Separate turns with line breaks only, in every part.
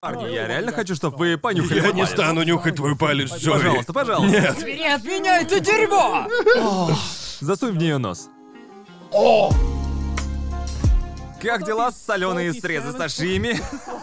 Парни, А, я реально хочу, чтобы вы понюхали.
Я
мой
не
палец.
стану нюхать твою палец, Джои.
Пожалуйста, пожалуйста. Нет.
Бери от меня это дерьмо!
Засунь в нее нос. Как дела с соленые срезы сашими?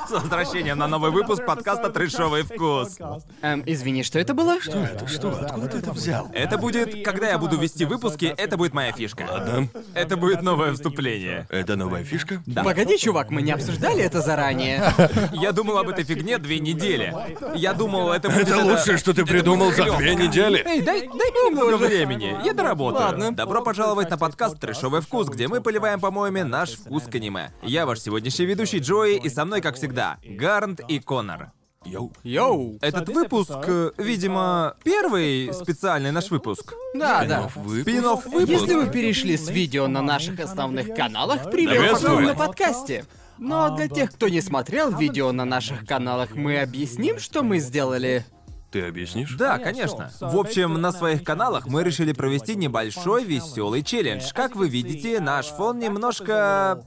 С возвращением на новый выпуск подкаста «Трешовый вкус».
Эм, извини, что это было? Что
Это что? Откуда ты это взял?
Это будет, когда я буду вести выпуски, это будет моя фишка.
Ладно.
Это будет новое вступление.
Это новая фишка?
Погоди, чувак, мы не обсуждали это заранее.
Я думал об этой фигне две недели. Я думал, это будет...
Это лучшее, что ты придумал за
клёво.
две недели.
Эй, дай, дай мне немного времени, я доработаю.
Ладно.
Добро пожаловать на подкаст «Трешовый вкус», где мы поливаем по-моему наш вкус к аниме. Я ваш сегодняшний ведущий Джои, и со мной, как всегда, Гарнт и Конор.
Йоу.
Йоу.
Этот выпуск, э, видимо, первый специальный наш выпуск.
Да, да.
Спин-офф выпуск.
Спин-офф выпуск.
Если вы перешли с видео на наших основных каналах, привет
Приветствую.
вам на подкасте. Но для тех, кто не смотрел видео на наших каналах, мы объясним, что мы сделали.
Ты объяснишь?
Да, конечно. В общем, на своих каналах мы решили провести небольшой веселый челлендж. Как вы видите, наш фон немножко...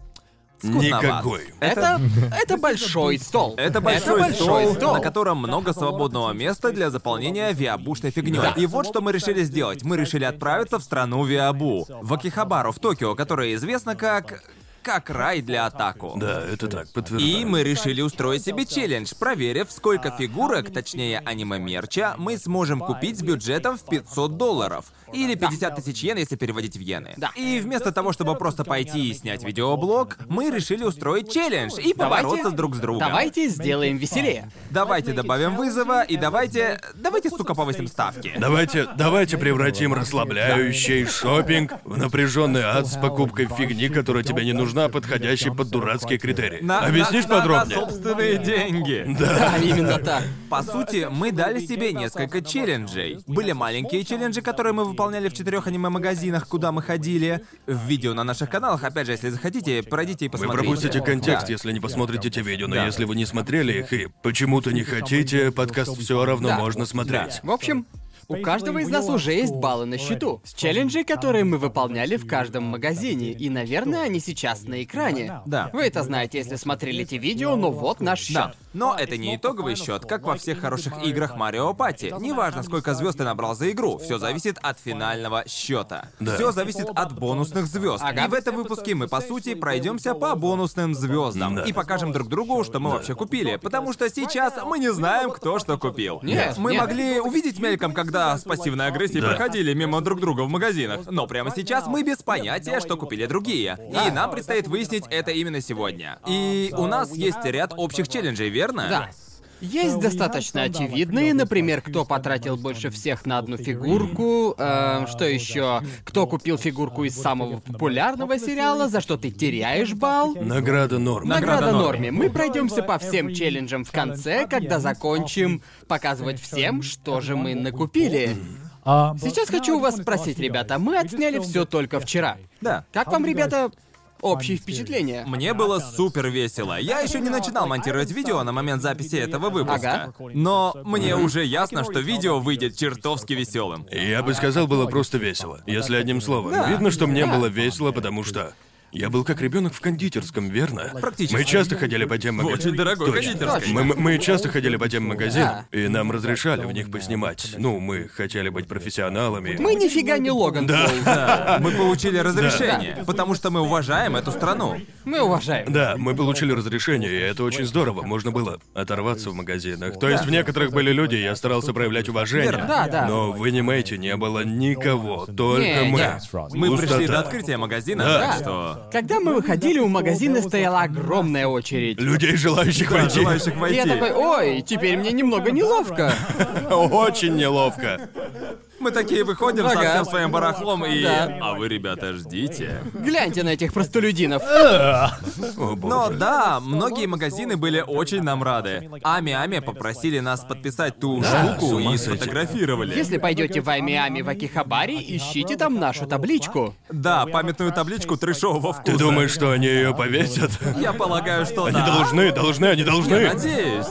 скудноват.
Никакой.
Это... это большой стол.
Это большой,
большой
стол,
стол.
на котором много свободного места для заполнения виабушной фигней.
Да.
И вот что мы решили сделать. Мы решили отправиться в страну Виабу, в Акихабару, в Токио, которая известна как... как рай для атаку.
Да, это так,
И
подтверждаю.
мы решили устроить себе челлендж, проверив, сколько фигурок, точнее аниме-мерча, мы сможем купить с бюджетом в 500 долларов. Или 50 тысяч йен, если переводить в йены.
Да.
И вместо того, чтобы просто пойти и снять видеоблог, мы решили устроить челлендж и побороться
Давайте-
с друг с другом.
Давайте сделаем веселее.
Давайте добавим вызова и давайте... Давайте, сука, повысим ставки.
Давайте, давайте превратим расслабляющий шопинг в напряженный ад с покупкой фигни, которая тебе не нужна, подходящей под дурацкие критерии.
На-
Объяснишь
на- на-
подробнее?
На собственные деньги.
Да, именно так.
По сути, мы дали себе несколько челленджей. Были маленькие челленджи, которые мы выполняли в четырех аниме-магазинах, куда мы ходили. В видео на наших каналах, опять же, если захотите, пройдите и
Вы
посмотрите.
пропустите контекст,
Да.
если не посмотрите те видео, но
Да.
если вы не смотрели их и почему-то не хотите, подкаст все равно
Да.
можно смотреть.
В общем, у каждого из нас уже есть баллы на счету. С челленджей, которые мы выполняли в каждом магазине. И, наверное, они сейчас на экране.
Да.
Вы это знаете, если смотрели эти видео, но вот наш
Да.
счет.
Но это не итоговый счет, как во всех хороших играх Марио Пати. Неважно, сколько звезд ты набрал за игру, все зависит от финального счета.
Да.
Все зависит от бонусных звезд.
Ага.
И в этом выпуске мы, по сути, пройдемся по бонусным звездам
Да.
и покажем друг другу, что мы вообще купили. Потому что сейчас мы не знаем, кто что купил.
Нет,
мы
нет.
могли увидеть мельком, когда с пассивной агрессией
Да.
проходили мимо друг друга в магазинах. Но прямо сейчас мы без понятия, что купили другие. И нам предстоит выяснить это именно сегодня. И у нас есть ряд общих челленджей, верно?
Да. Есть достаточно очевидные, например, кто потратил больше всех на одну фигурку, эм, что еще, кто купил фигурку из самого популярного сериала, за что ты теряешь балл.
Награда норм.
Награда
Награда
норме.
норме. Мы пройдемся по всем челленджам в конце, когда закончим показывать всем, что же мы накупили. Сейчас хочу у вас спросить, ребята, мы отсняли все только вчера.
Да.
Как вам, ребята, общие впечатления?
Мне было супер весело. Я еще не начинал монтировать видео на момент записи этого выпуска.
Ага.
Но мне уже ясно, что видео выйдет чертовски веселым.
Я бы сказал, было просто весело. Если одним словом.
Да.
Видно, что мне
Да.
было весело, потому что я был как ребенок в кондитерском, верно?
Практически.
Мы часто ходили по тем магазинам.
очень дорогой
Точно.
кондитерской.
Мы, мы- мы часто ходили по тем магазинам, и нам разрешали в них поснимать. Ну, мы хотели быть профессионалами.
Мы нифига не Логан Пол.
Да, мы получили разрешение, потому что мы уважаем эту страну.
Мы уважаем.
Да, мы получили разрешение, и это очень здорово. Можно было оторваться в магазинах. То есть в некоторых были люди, и я старался проявлять уважение.
Верно.
Да, да.
Но в анимейте не было никого, только
Не,
мы.
не.
Мы пришли
Пустота.
до открытия магазина,
Да.
так что...
Когда мы выходили, у магазина стояла огромная очередь.
Людей, желающих войти.
Желающих
И я
войти.
такой, ой, теперь мне немного неловко.
Очень неловко.
Мы такие выходим со
Ага.
всем своим барахлом и...
Да.
А вы, ребята, ждите.
Гляньте на этих простолюдинов.
О, боже.
Но да, многие магазины были очень нам рады. Ами-Ами попросили нас подписать ту
Да, с
штуку
ума
и
сойти.
сфотографировали.
Если пойдете в Ами-Ами в Акихабаре, ищите там нашу табличку.
Да, памятную табличку трешового вкуса.
Ты думаешь, что они ее повесят?
Я полагаю, что
Они
да.
должны, должны, они должны.
Надеюсь.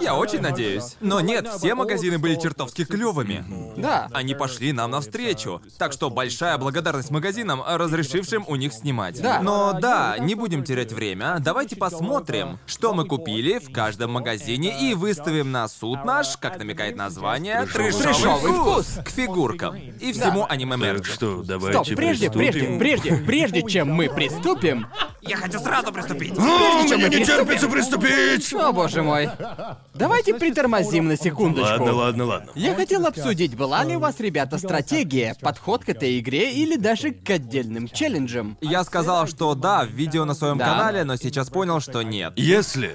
Я очень надеюсь. Но нет, все магазины были чертовски клевыми.
Да.
они пошли нам навстречу. Так что большая благодарность магазинам, разрешившим у них снимать.
Да.
Но да, не будем терять время. Давайте посмотрим, что мы купили в каждом магазине и выставим на суд наш, как намекает название,
Трешовый
трешовый
вкус.
вкус к фигуркам и всему аниме
Так что давайте
Стоп, прежде, прежде,
приступим.
прежде, прежде чем мы приступим...
Я хочу сразу приступить.
А,
Прежде чем
мне
мы
не терпится
приступим...
приступить!
О, боже мой. Давайте притормозим на секундочку.
Ладно, ладно, ладно.
Я хотел обсудить, была ли у вас, ребята, стратегия, подход к этой игре или даже к отдельным челленджам.
Я сказал, что да, в видео на своем
А Да.
канале, но сейчас понял, что нет.
Если...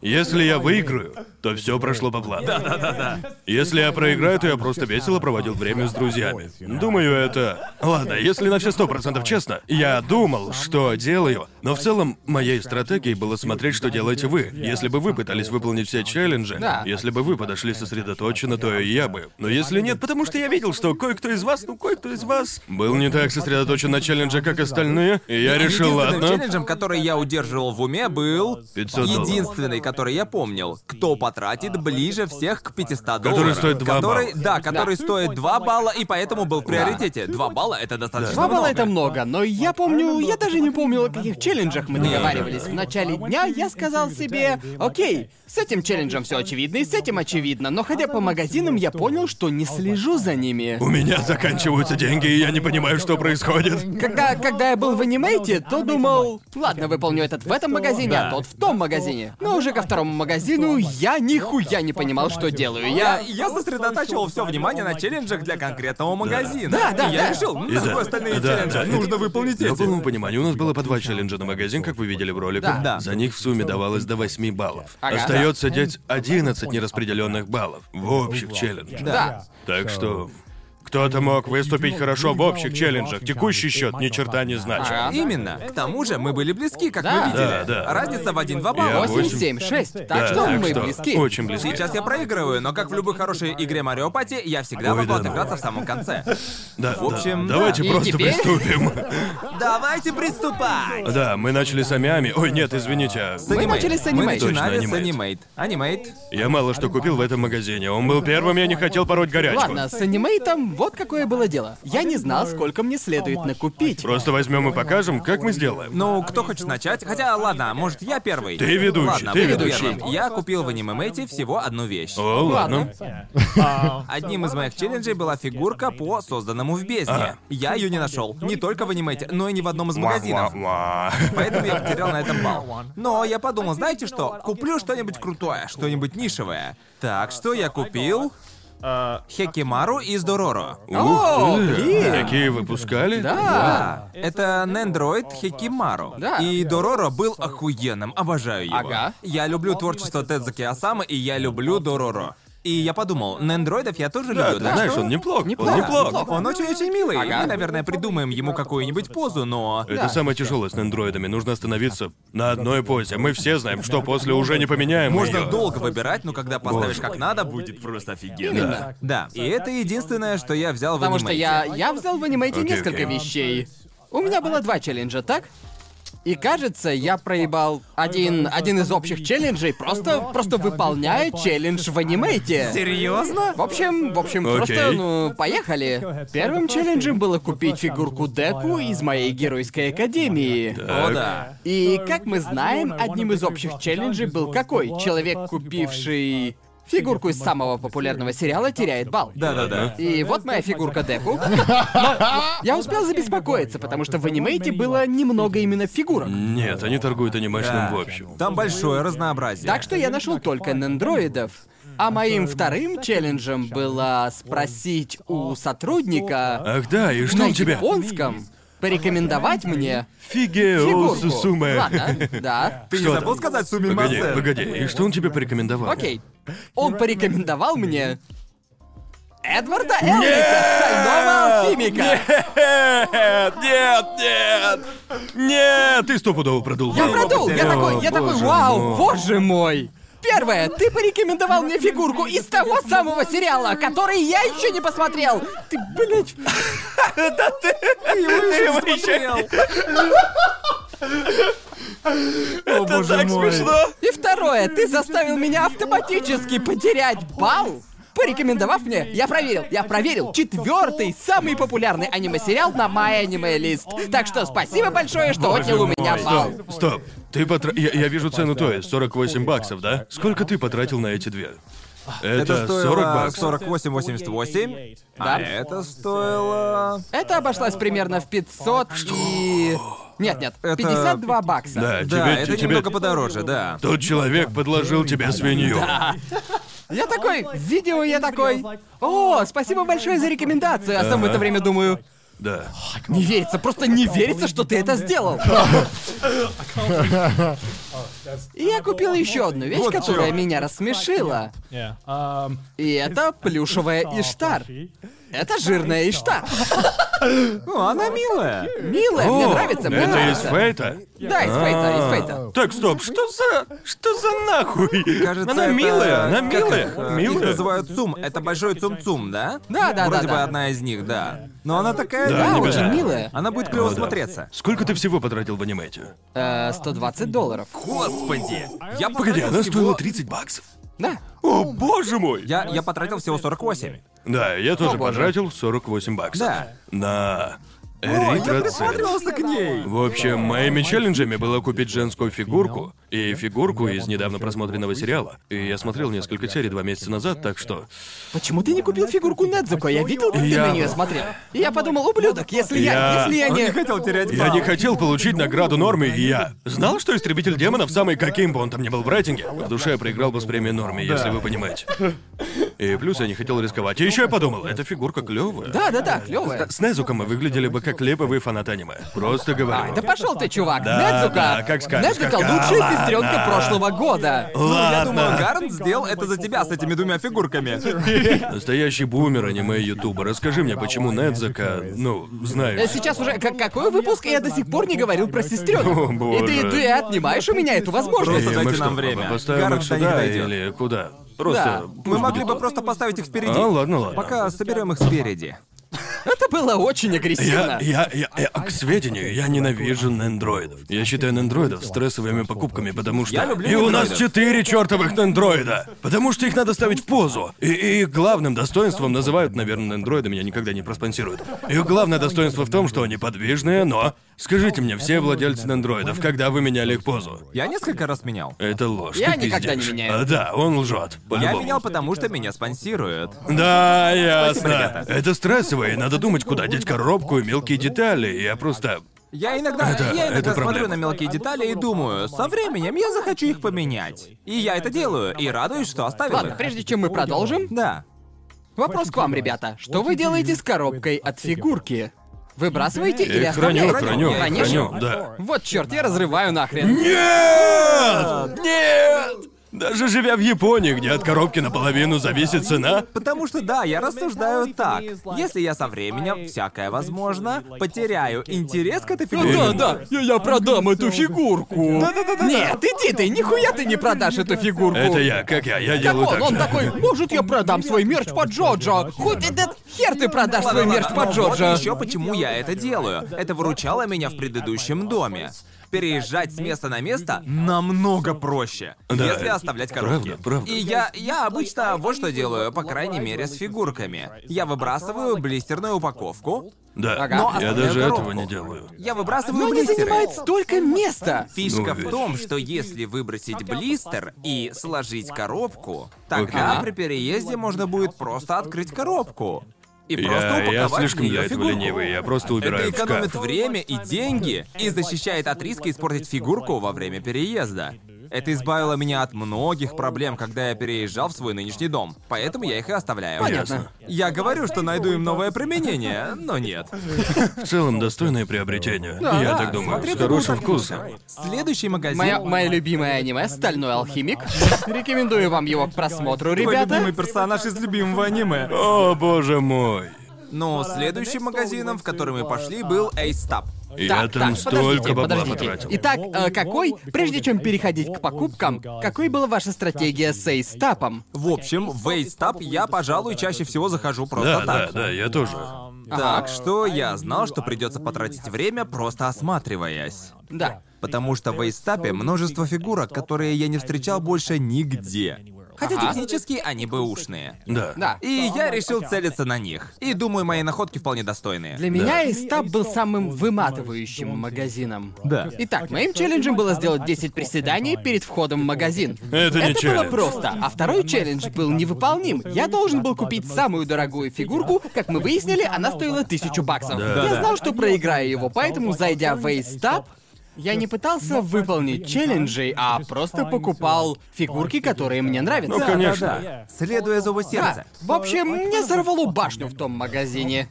Если я выиграю, то все прошло по плану. Да-да-да. Если я проиграю, то я просто весело проводил время с друзьями. Думаю, это... Ладно, если на все сто процентов честно, я думал, что делаю. Но в целом, моей стратегией было смотреть, что делаете вы. Если бы вы пытались выполнить все челленджи,
Да.
если бы вы подошли сосредоточенно, то и я бы. Но если нет, потому что я видел, что кое-кто из вас, ну кое-кто из вас... Был не так сосредоточен на челлендже, как остальные, и я решил,
Единственным
ладно...
челленджем, который я удерживал в уме, был
500 долларов.
единственный, который я помнил. Кто потратит ближе всех к 500 долларов.
Который стоит два
Который-
балла.
Да, который стоит 2 балла, и поэтому был в приоритете. 2 балла — это достаточно
Два балла
много.
это много, но я помню, я даже не помню, о каких челленджах мы договаривались. В начале дня я сказал себе, окей, с этим челленджем все очевидно, и с этим очевидно, но ходя по магазинам, я понял, что не слежу за ними.
У меня заканчиваются деньги, и я не понимаю, что происходит.
Ну,
Когда, когда я был в анимейте, то думал, ладно, выполню этот в этом магазине, а тот в том магазине. Но уже ко второму магазину я нихуя не понимал, что делаю.
Я,
Я...
я сосредотачивал все внимание на челленджах для конкретного магазина.
Да, да,
И я
да.
решил, ну,
И
нахуй
да,
остальные
да,
челленджи,
да.
нужно выполнить
По
эти.
полному пониманию, у нас было по два челленджа на магазин, как вы видели в ролике.
Да.
Да.
За них в сумме давалось до 8 баллов.
Ага.
Остается деть 11 нераспределенных баллов в общих челленджах.
Да.
Так что... Кто-то мог выступить хорошо в общих челленджах. Текущий счет ни черта не значит.
Ага.
Именно. К тому же мы были близки, как
Да.
вы видели.
Да, да.
Разница в 1-2
Я
балла.
восемь.
8, 7, 6. Так
Да,
что
так
мы
что
близки.
Очень близки.
Сейчас я проигрываю, но как в любой хорошей игре Марио Пати, я всегда
Ой,
могу
да,
отыграться в самом конце.
Да,
В общем,
да. Давайте
да. И
просто
теперь-
приступим.
Давайте приступать!
Да, мы начали с амиами. Ой, нет, извините. а-
С анимейт.
начали с анимейт.
Мы
Точно,
начинали с
анимейт.
анимейт. Анимейт.
Я мало что купил в этом магазине. Он был первым, я не хотел пороть горячку.
Ладно, с анимейтом вот какое было дело. Я не знал, сколько мне следует накупить.
Просто возьмем и покажем, как мы сделаем.
Ну, кто хочет начать? Хотя, ладно, может, я первый.
Ты ведущий,
Ладно,
ты
буду
ведущий.
первым. Я купил в анимемейте всего одну вещь.
О, ладно.
Одним из моих челленджей была фигурка по созданному в бездне.
Ага.
Я ее не нашел. Не только в анимейте, но и ни в одном из магазинов.
А. Ва-ва-ва.
Поэтому я потерял на этом балл. Но я подумал, знаете что? Куплю что-нибудь крутое, что-нибудь нишевое. Так что я купил... Хекимару из Дороро.
О,
Ух ты.
блин.
Такие выпускали?
Да.
Да, А, это Нендроид Хекимару.
Да.
И Дороро был охуенным, обожаю его.
Ага.
Я люблю творчество Тедзаки Осамы, и я люблю Дороро. И я подумал, нендроидов я тоже
Да,
люблю,
ты
так
знаешь,
что-
он неплох.
Неплох.
Он неплох.
Неплох.
Он очень-очень милый.
Ага.
Мы, наверное, придумаем ему какую-нибудь позу, но...
Это самое тяжелое с андроидами. Нужно остановиться на одной позе. Мы все знаем, что после уже не поменяем
Можно
её.
долго выбирать, но когда поставишь как надо, будет просто офигенно. Да. И это единственное, что я взял в
Потому что
анимейте.
я, я взял в анимейте
Окей,
несколько
окей.
вещей. У меня было два челленджа, так? И кажется, я проебал один, один из общих челленджей, просто, просто выполняя челлендж в анимейте.
Серьезно?
В общем, в общем,
Окей.
просто, ну, поехали. Первым челленджем было купить фигурку Деку из моей геройской академии.
О, да.
И, как мы знаем, одним из общих челленджей был какой? Человек, купивший фигурку из самого популярного сериала, теряет балл.
Да-да-да.
И вот моя фигурка Деку. Я успел забеспокоиться, потому что в анимейте было немного именно фигурок.
Нет, они торгуют анимешным
Да.
в общем.
Там большое разнообразие.
Так что я нашел только нендроидов. А моим вторым челленджем было спросить у сотрудника
Ах да, и что
на
у тебя?
японском порекомендовать мне
Фигео
фигурку.
Сусуме.
Ладно, да.
Ты не
Что
забыл
там?
сказать
Погоди,
Сумимасен?
погоди, и что он тебе порекомендовал?
Окей. Он порекомендовал мне Эдварда Элрика, стального алхимика.
Нет, нет, нет! Нет, ты стопудово продул.
Я продул! Я
О,
такой, я такой,
боже
вау,
мой.
боже мой! Первое, ты порекомендовал мне фигурку из того самого сериала, который я еще не посмотрел! Ты, блядь,
Ты его смотрел. О, боже мой.
И второе, ты заставил меня автоматически потерять балл порекомендовав мне, я проверил, я проверил, четвертый самый популярный аниме-сериал на My Anime List. Так что спасибо большое, что отнял у меня балл.
Стоп, стоп. Ты потра... Я, я вижу цену Тоя, 48 баксов, да? Сколько ты потратил на эти две? Это,
Это стоило
40 баксов.
48,88.
Да.
А это стоило...
А
Это обошлось примерно в 500 и... Нет, нет,
Это-
52 бакса.
Да,
да,
тебе,
это
тебе...
немного подороже, да.
Тот человек подложил тебе свинью.
Я такой, в видео я такой, о, спасибо большое за рекомендацию, а сам в это время думаю,
Да.
не верится, просто не верится, что ты это сделал. И я купил еще одну вещь,
Вот
которая
чё.
меня рассмешила. И это
Плюшевая
плюшевая
Иштар.
Иштар. Это жирная Иштар.
Ну, она милая.
Милая, мне
О,
нравится, мне
это из
нравится.
Фейта? А.
Да, из Фейта, из Фейта.
Так, стоп, что за... Что за нахуй?
Кажется,
она
это-
милая, она
как
милая.
их, э, Их
милая.
называют ЦУМ. Это большой ЦУМ-ЦУМ, да?
Да, да,
Вроде
да,
бы
да.
одна из них, да. Но она такая
Да,
Да,
не
милая.
очень
беда.
милая.
Она будет клево
да.
смотреться.
Сколько ты всего потратил в анимете?
Э, 120 долларов.
Господи! Я
Погоди,
потратил
она
всего-
стоила 30 баксов.
Да.
О, боже мой!
Я, я потратил всего 48.
Да, я тоже
боже.
потратил 48 баксов.
Да.
На
Я
эритроцит.
присматривался к ней.
В общем, моими челленджами было купить женскую фигурку и фигурку из недавно просмотренного сериала. И я смотрел несколько серий два месяца назад, так что...
Почему ты не купил фигурку Недзуко? Я видел, как ты
Я-
на нее смотрел. И я подумал, ублюдок, если я,
Я-
если я
Он не
не...
хотел терять
Я не
балл.
хотел получить награду Норме, и я знал, что Истребитель Демонов самый каким бы он там ни был в рейтинге. В душе я проиграл бы с премией Норме, если вы понимаете. И плюс я не хотел рисковать. И еще я подумал, эта фигурка клевая.
Да, да, да, клевая.
С Незуко мы выглядели бы как леповые фанаты аниме. Просто говорю.
А, Да пошел ты, чувак.
Да,
Недзука.
да, как скажешь,
Недзука
как-
лучшая
а,
сестренка
ладно.
прошлого года.
Ну, я думаю,
Ладно.
Гарн сделал это за тебя с этими двумя фигурками.
Настоящий бумер аниме Ютуба. Расскажи мне, почему Недзака, ну,
Э,
знаешь...
Сейчас уже как- какой выпуск, и я до сих пор не говорил про
О,
сестренок. И
боже.
ты, ты отнимаешь у меня эту возможность.
Просто
И
дайте
мы что,
нам время.
Поставим
Гарн
их
до них
сюда
дойдет.
или куда? Просто... пусть
Мы могли
будет
бы
так.
просто поставить их впереди.
А, ладно, ладно.
Пока соберем их спереди.
Это было очень агрессивно.
Я, я, я, я- к сведению, я ненавижу нендроидов. Я считаю нендроидов стрессовыми покупками, потому что...
Я люблю
и у нас
нендроидов.
четыре чертовых нендроида! Потому что их надо ставить в позу. И, и их главным достоинством называют, наверное, нендроиды меня никогда не проспонсируют. Их главное достоинство в том, что они подвижные, но... Скажите мне, все владельцы нендроидов, когда вы меняли их позу?
Я несколько раз менял.
Это ложь.
Я
ты
никогда не
пиздишь.
меняю.
А, да, он лжет.
Я
По-любому.
менял, потому что меня спонсируют.
Да, ясно.
ребята.
Это стрессово, и надо думать, куда деть коробку и мелкие детали. Я просто...
Я иногда,
Это-
я иногда
это
смотрю
проблема.
на мелкие детали и думаю, со временем я захочу их поменять. И я это делаю, и радуюсь, что оставил
Ладно,
их.
прежде чем мы продолжим,
Да.
вопрос к вам, ребята. Что вы делаете с коробкой от фигурки? Выбрасываете или
Я их Э, храню,
оставляете?
храню,
Конечно.
храню, да.
Вот черт, я разрываю нахрен.
Нет! Нет! Даже живя в Японии, где от коробки наполовину зависит цена,
Потому что да, я рассуждаю так. Если я со временем, всякое возможно, потеряю интерес к этой фигуре.
Да, да, я, я продам эту фигурку. Нет, иди ты, нихуя ты не продашь эту фигурку.
это я, как я, я
Как
делаю
он,
так
он
же.
такой, может, я продам
Ну,
свой мерч по Джоджо. Хоть этот хер ты продашь свой мерч по Джоджо.
еще ну, почему я это делаю. Это выручало меня в предыдущем доме. Переезжать с места на место намного проще,
Да,
если
это
оставлять коробки.
правда, правда.
И я, я обычно вот что делаю, по крайней мере, с фигурками. Я выбрасываю блистерную упаковку.
Да,
Ага.
я
оставляю
даже
коробку.
этого не делаю.
Я
Но
выбрасываю
они
блистеры.
занимают столько места.
Фишка
Ну,
в том, что если выбросить блистер и сложить коробку, тогда
Окей.
при переезде можно будет просто открыть коробку. И просто
Я,
упаковать
я
в
слишком
неё
для этого
фигурку.
ленивый, я просто убираю
Это
в шкаф.
экономит время и деньги и защищает от риска испортить фигурку во время переезда. Это избавило меня от многих проблем, когда я переезжал в свой нынешний дом. Поэтому я их и оставляю.
Понятно.
Я говорю, что найду им новое применение, но нет.
В целом, достойное приобретение.
Да,
я
да,
так думаю,
смотри,
с
какую
хорошим
картинку.
вкусом.
Следующий магазин.
Моя, мое любимое аниме «Стальной алхимик». Рекомендую вам его к
Твой
просмотру,
любимый
ребята.
персонаж из любимого аниме.
О, боже мой.
Но следующим магазином, в который мы пошли, был Ace Tap.
Я там столько
подождите,
бабла
подождите.
потратил.
Итак, э, какой, прежде чем переходить к покупкам, какой была ваша стратегия с эйстапом?
В общем, в Ace Tap я, пожалуй, чаще всего захожу просто
Да, да,
так.
да, я тоже.
Так что я знал, что придется потратить время, просто осматриваясь.
Да.
Потому что в Эйстапе множество фигурок, которые я не встречал больше нигде. Хотя
Ага.
технически они бэушные.
Да.
Да.
И я решил целиться на них. И думаю, мои находки вполне достойные.
Для меня Истап был самым выматывающим магазином.
Да.
Итак, моим челленджем было сделать 10 приседаний перед входом в магазин.
Это не
было
челлендж.
просто, а второй челлендж был невыполним. Я должен был купить самую дорогую фигурку, как мы выяснили, она стоила тысячу баксов.
Да.
Я
Да.
знал, что проиграю его, поэтому, зайдя в Эйстап, я не пытался выполнить челленджи, а просто покупал фигурки, которые мне нравятся.
Ну, конечно.
Да. Следуя зову сердца.
Да. В общем, мне сорвало башню в том магазине.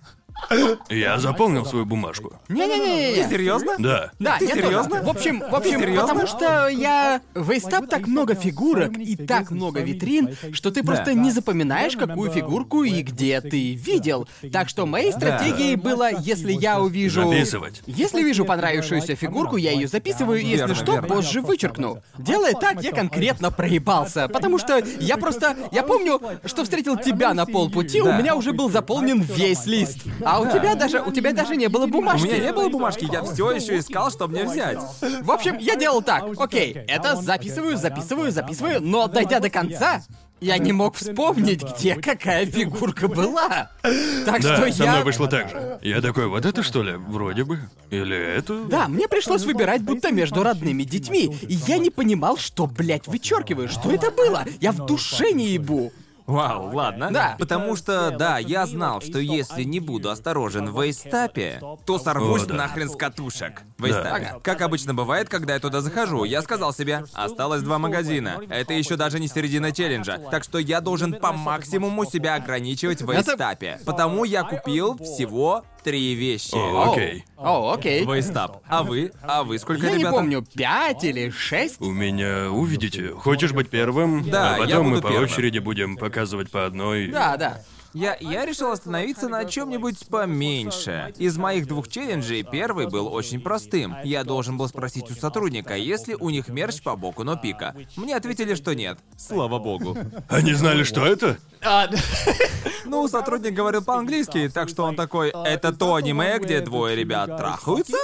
Я заполнил свою бумажку.
Ты
Не-не-не.
серьезно?
Да.
Да,
Ты
я
серьёзно?
тоже. В общем, в общем,
серьёзно?
потому что я... В Эйстап так много фигурок и так много витрин, что ты просто не запоминаешь, какую фигурку и где ты видел. Так что моей стратегией было, если я увижу...
Записывать.
Если вижу понравившуюся фигурку, я ее записываю, и если
Верно,
что,
верно.
позже вычеркну. Делая так, я конкретно проебался, потому что я просто... Я помню, что встретил тебя на полпути, у
Да.
меня уже был заполнен весь лист. А у тебя даже... У тебя даже не было
У
бумажки.
меня не было бумажки, я все еще искал, что мне взять.
В общем, я делал так. А Окей, Ну, это записываю, записываю, записываю, но дойдя до конца, я не мог вспомнить, где какая фигурка была. Так что
Да, со мной
я...
вышло так же. Я такой, вот это что ли? Вроде бы. Или это?
Да, мне пришлось выбирать будто между родными детьми. И я не понимал, что, блядь, вычеркиваю. Что это было? Я в душе не ебу.
Вау, ладно.
Да.
Потому что, да, я знал, что если не буду осторожен в эйстапе, то сорвусь
О, да.
нахрен с катушек. В эйстапе.
Да.
Ага.
Как обычно бывает, когда я туда захожу, я сказал себе, осталось два магазина. Это еще даже не середина челленджа. Так что я должен по максимуму себя ограничивать в
Это-
эйстапе. Потому я купил всего три вещи.
О, окей.
О, окей.
В эйстап. А вы? А вы сколько,
Я не
ребята?
помню, пять или шесть?
У меня, увидите, хочешь быть первым,
Да,
а
я
потом
буду
мы по
первым.
очереди будем показывать по одной.
Да, да.
Я, я решил остановиться на чем-нибудь поменьше. Из моих двух челленджей первый был очень простым. Я должен был спросить у сотрудника, есть ли у них мерч по боку но пика. Мне ответили, что нет. Слава богу.
Они знали, что это?
Ну, сотрудник говорил по-английски, так что он такой, это то аниме, где двое ребят трахаются?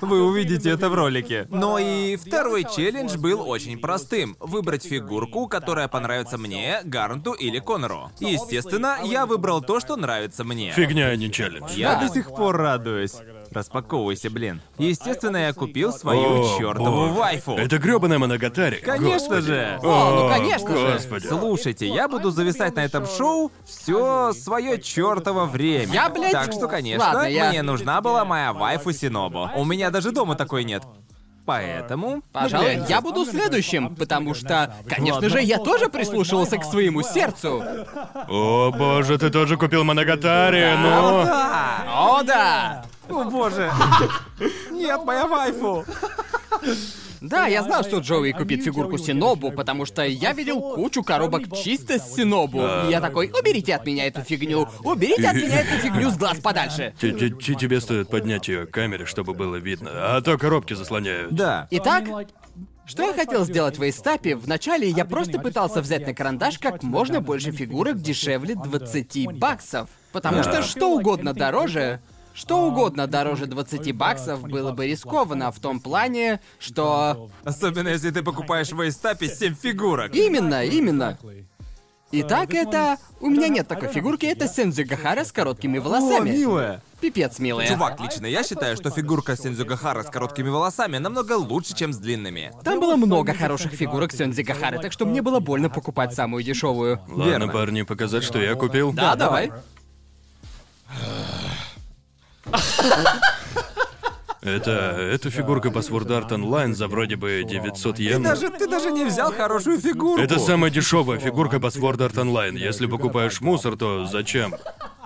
Вы увидите это в ролике. Но и второй челлендж был очень простым. Выбрать фигурку, которая понравится мне, Гарнту или Конору. Естественно, я выбрал то, что нравится мне.
Фигня, а не челлендж.
Я
Да.
до сих пор радуюсь. Распаковывайся, блин. Естественно, я купил свою
О,
чертову
бог.
вайфу.
Это грёбаная моногатари.
Конечно же.
О, ну, конечно же.
Господи.
Слушайте, ну, я буду зависать на этом шоу все свое чертово время. ну,
Я, блядь,
Так что, конечно,
ладно, я-
мне нужна была моя вайфу Синобу. У меня даже дома такой нет. Поэтому...
Пожалуй,
Гляньте.
я буду следующим, потому что, конечно же, я тоже прислушивался к своему сердцу.
О боже, ты тоже купил моногатари, ну.
Да!
О, да!
О боже! Нет, моя вайфу!
Да, я знал, что Джоуи купит фигурку Синобу, потому что я видел кучу коробок чисто с Синобу. И я такой, уберите от меня эту фигню, уберите от меня эту фигню с глаз подальше.
Те- те- те- Тебе стоит поднять ее к камере, чтобы было видно, а то коробки заслоняют.
Да.
Итак, что я хотел сделать в Эйстапе? Вначале я просто пытался взять на карандаш как можно больше фигурок дешевле 20 баксов. Потому что что угодно дороже, что угодно дороже 20 баксов было бы рискованно в том плане, что...
Особенно, если ты покупаешь в Эйстапе 7 фигурок.
Именно, именно. Итак, это... У меня нет такой фигурки, это Сензи Гахара с короткими
О,
волосами.
милая!
Пипец, милая.
Чувак, лично я считаю, что фигурка Сензюгахара с короткими волосами намного лучше, чем с длинными.
Там было много хороших фигурок Сензи Гахары, так что мне было больно покупать самую дешевую.
Ладно,
верно.
парни, показать, что я купил.
Да, давай.
Это, эта фигурка по Sword Art Online за вроде бы 900 йен.
Даже ты даже не взял хорошую фигурку.
Это самая дешевая фигурка по Sword Art Online. Если покупаешь мусор, то зачем?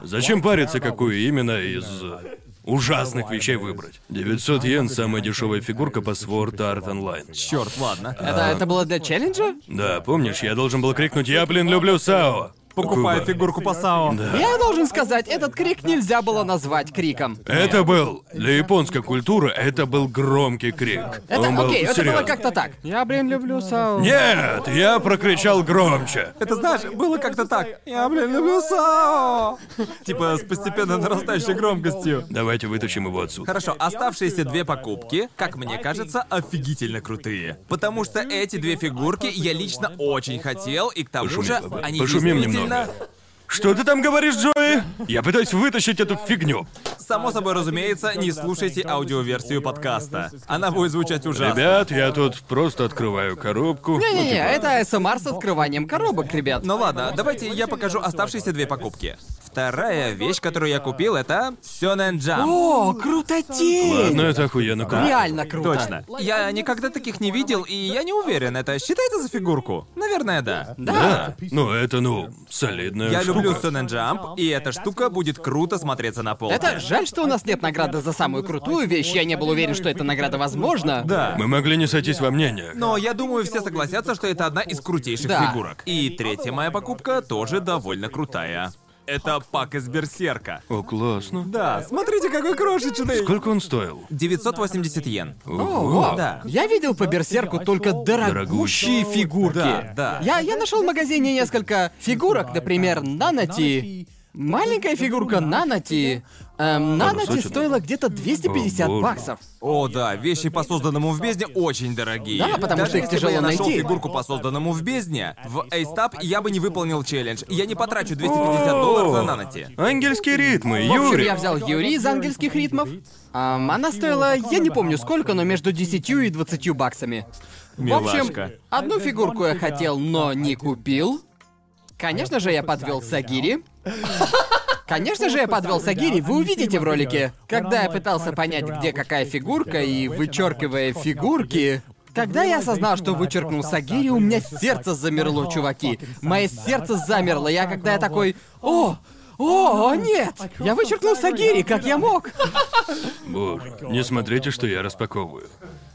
Зачем париться, какую именно из э, ужасных вещей выбрать? 900 йен — самая дешевая фигурка по Sword Art Online.
Черт, ладно.
Это, это было для челленджа?
Да, помнишь, я должен был крикнуть «Я, блин, люблю Сао!»
покупая
Куба.
фигурку по САО.
Я должен сказать, этот крик нельзя было назвать криком.
Это был для японской культуры это был громкий крик.
Это
Он был
окей, это было
серьёзный.
как-то так. Я, блин, люблю сау.
Нет, я прокричал громче.
Это знаешь, было как-то так. Я, блин, люблю САО. Типа с постепенно нарастающей громкостью.
Давайте вытащим его отсюда.
Хорошо, оставшиеся две покупки, как мне кажется, офигительно крутые. Потому что эти две фигурки я лично очень хотел, и к тому
Пошумим,
же
Лабы.
они
Пошумим
действительно...
немного. Что ты там говоришь, Джои? Я пытаюсь вытащить эту фигню.
Само собой разумеется, не слушайте аудиоверсию подкаста. Она будет звучать ужасно.
Ребят, я тут просто открываю коробку.
Не-не-не, это СМР с открыванием коробок, ребят.
Ну ладно, давайте я покажу оставшиеся две покупки. Вторая вещь, которую я купил, это Сёнэн Джам.
О, крутотень!
Ладно, Ну, это охуенно круто.
Реально круто.
Точно. Я никогда таких не видел, и я не уверен, это считается за фигурку? Наверное, да.
Да. Ну, это, ну, солидная
Я
штука.
люблю Сёнэн Джамп, и эта штука будет круто смотреться на полке.
Это жаль, что у нас нет награды за самую крутую вещь. Я не был уверен, что эта награда возможна.
Да.
Мы могли не сойтись во мнениях.
Но я думаю, все согласятся, что это одна из крутейших
Да.
фигурок. И третья моя покупка тоже довольно крутая. Это пак из Берсерка.
О, классно.
Да, смотрите, какой крошечный.
Сколько он стоил?
980 йен.
Ого.
Да.
Я видел по берсерку только дорогущие фигурки.
Да, да.
Я, я нашел в магазине несколько фигурок, например, Нанати. Маленькая фигурка Нанати. Эм, Нанати
кусочек.
стоила где-то 250
О, боже.
баксов.
О, да, вещи по созданному в бездне очень дорогие.
Да, потому
Даже
что их
если бы
тяжело
я нашел
найти.
фигурку по созданному в бездне, в ASTAP я бы не выполнил челлендж. Я не потрачу 250 долларов за наноти.
Ангельские ритмы,
В общем,
Юрий.
я взял Юри из ангельских ритмов. Эм, она стоила, я не помню сколько, но между 10 и 20 баксами. В
Милашка.
общем, одну фигурку я хотел, но не купил. Конечно же, я подвел Сагири. Конечно же, я подвел Сагири, вы увидите в ролике. Когда я пытался понять, где какая фигурка, и вычеркивая фигурки, когда я осознал, что вычеркнул Сагири, у меня сердце замерло, чуваки. Мое сердце замерло. Я когда я такой, о, о, нет! Я вычеркнул Сагири, как я мог?
Боже, не смотрите, что я распаковываю.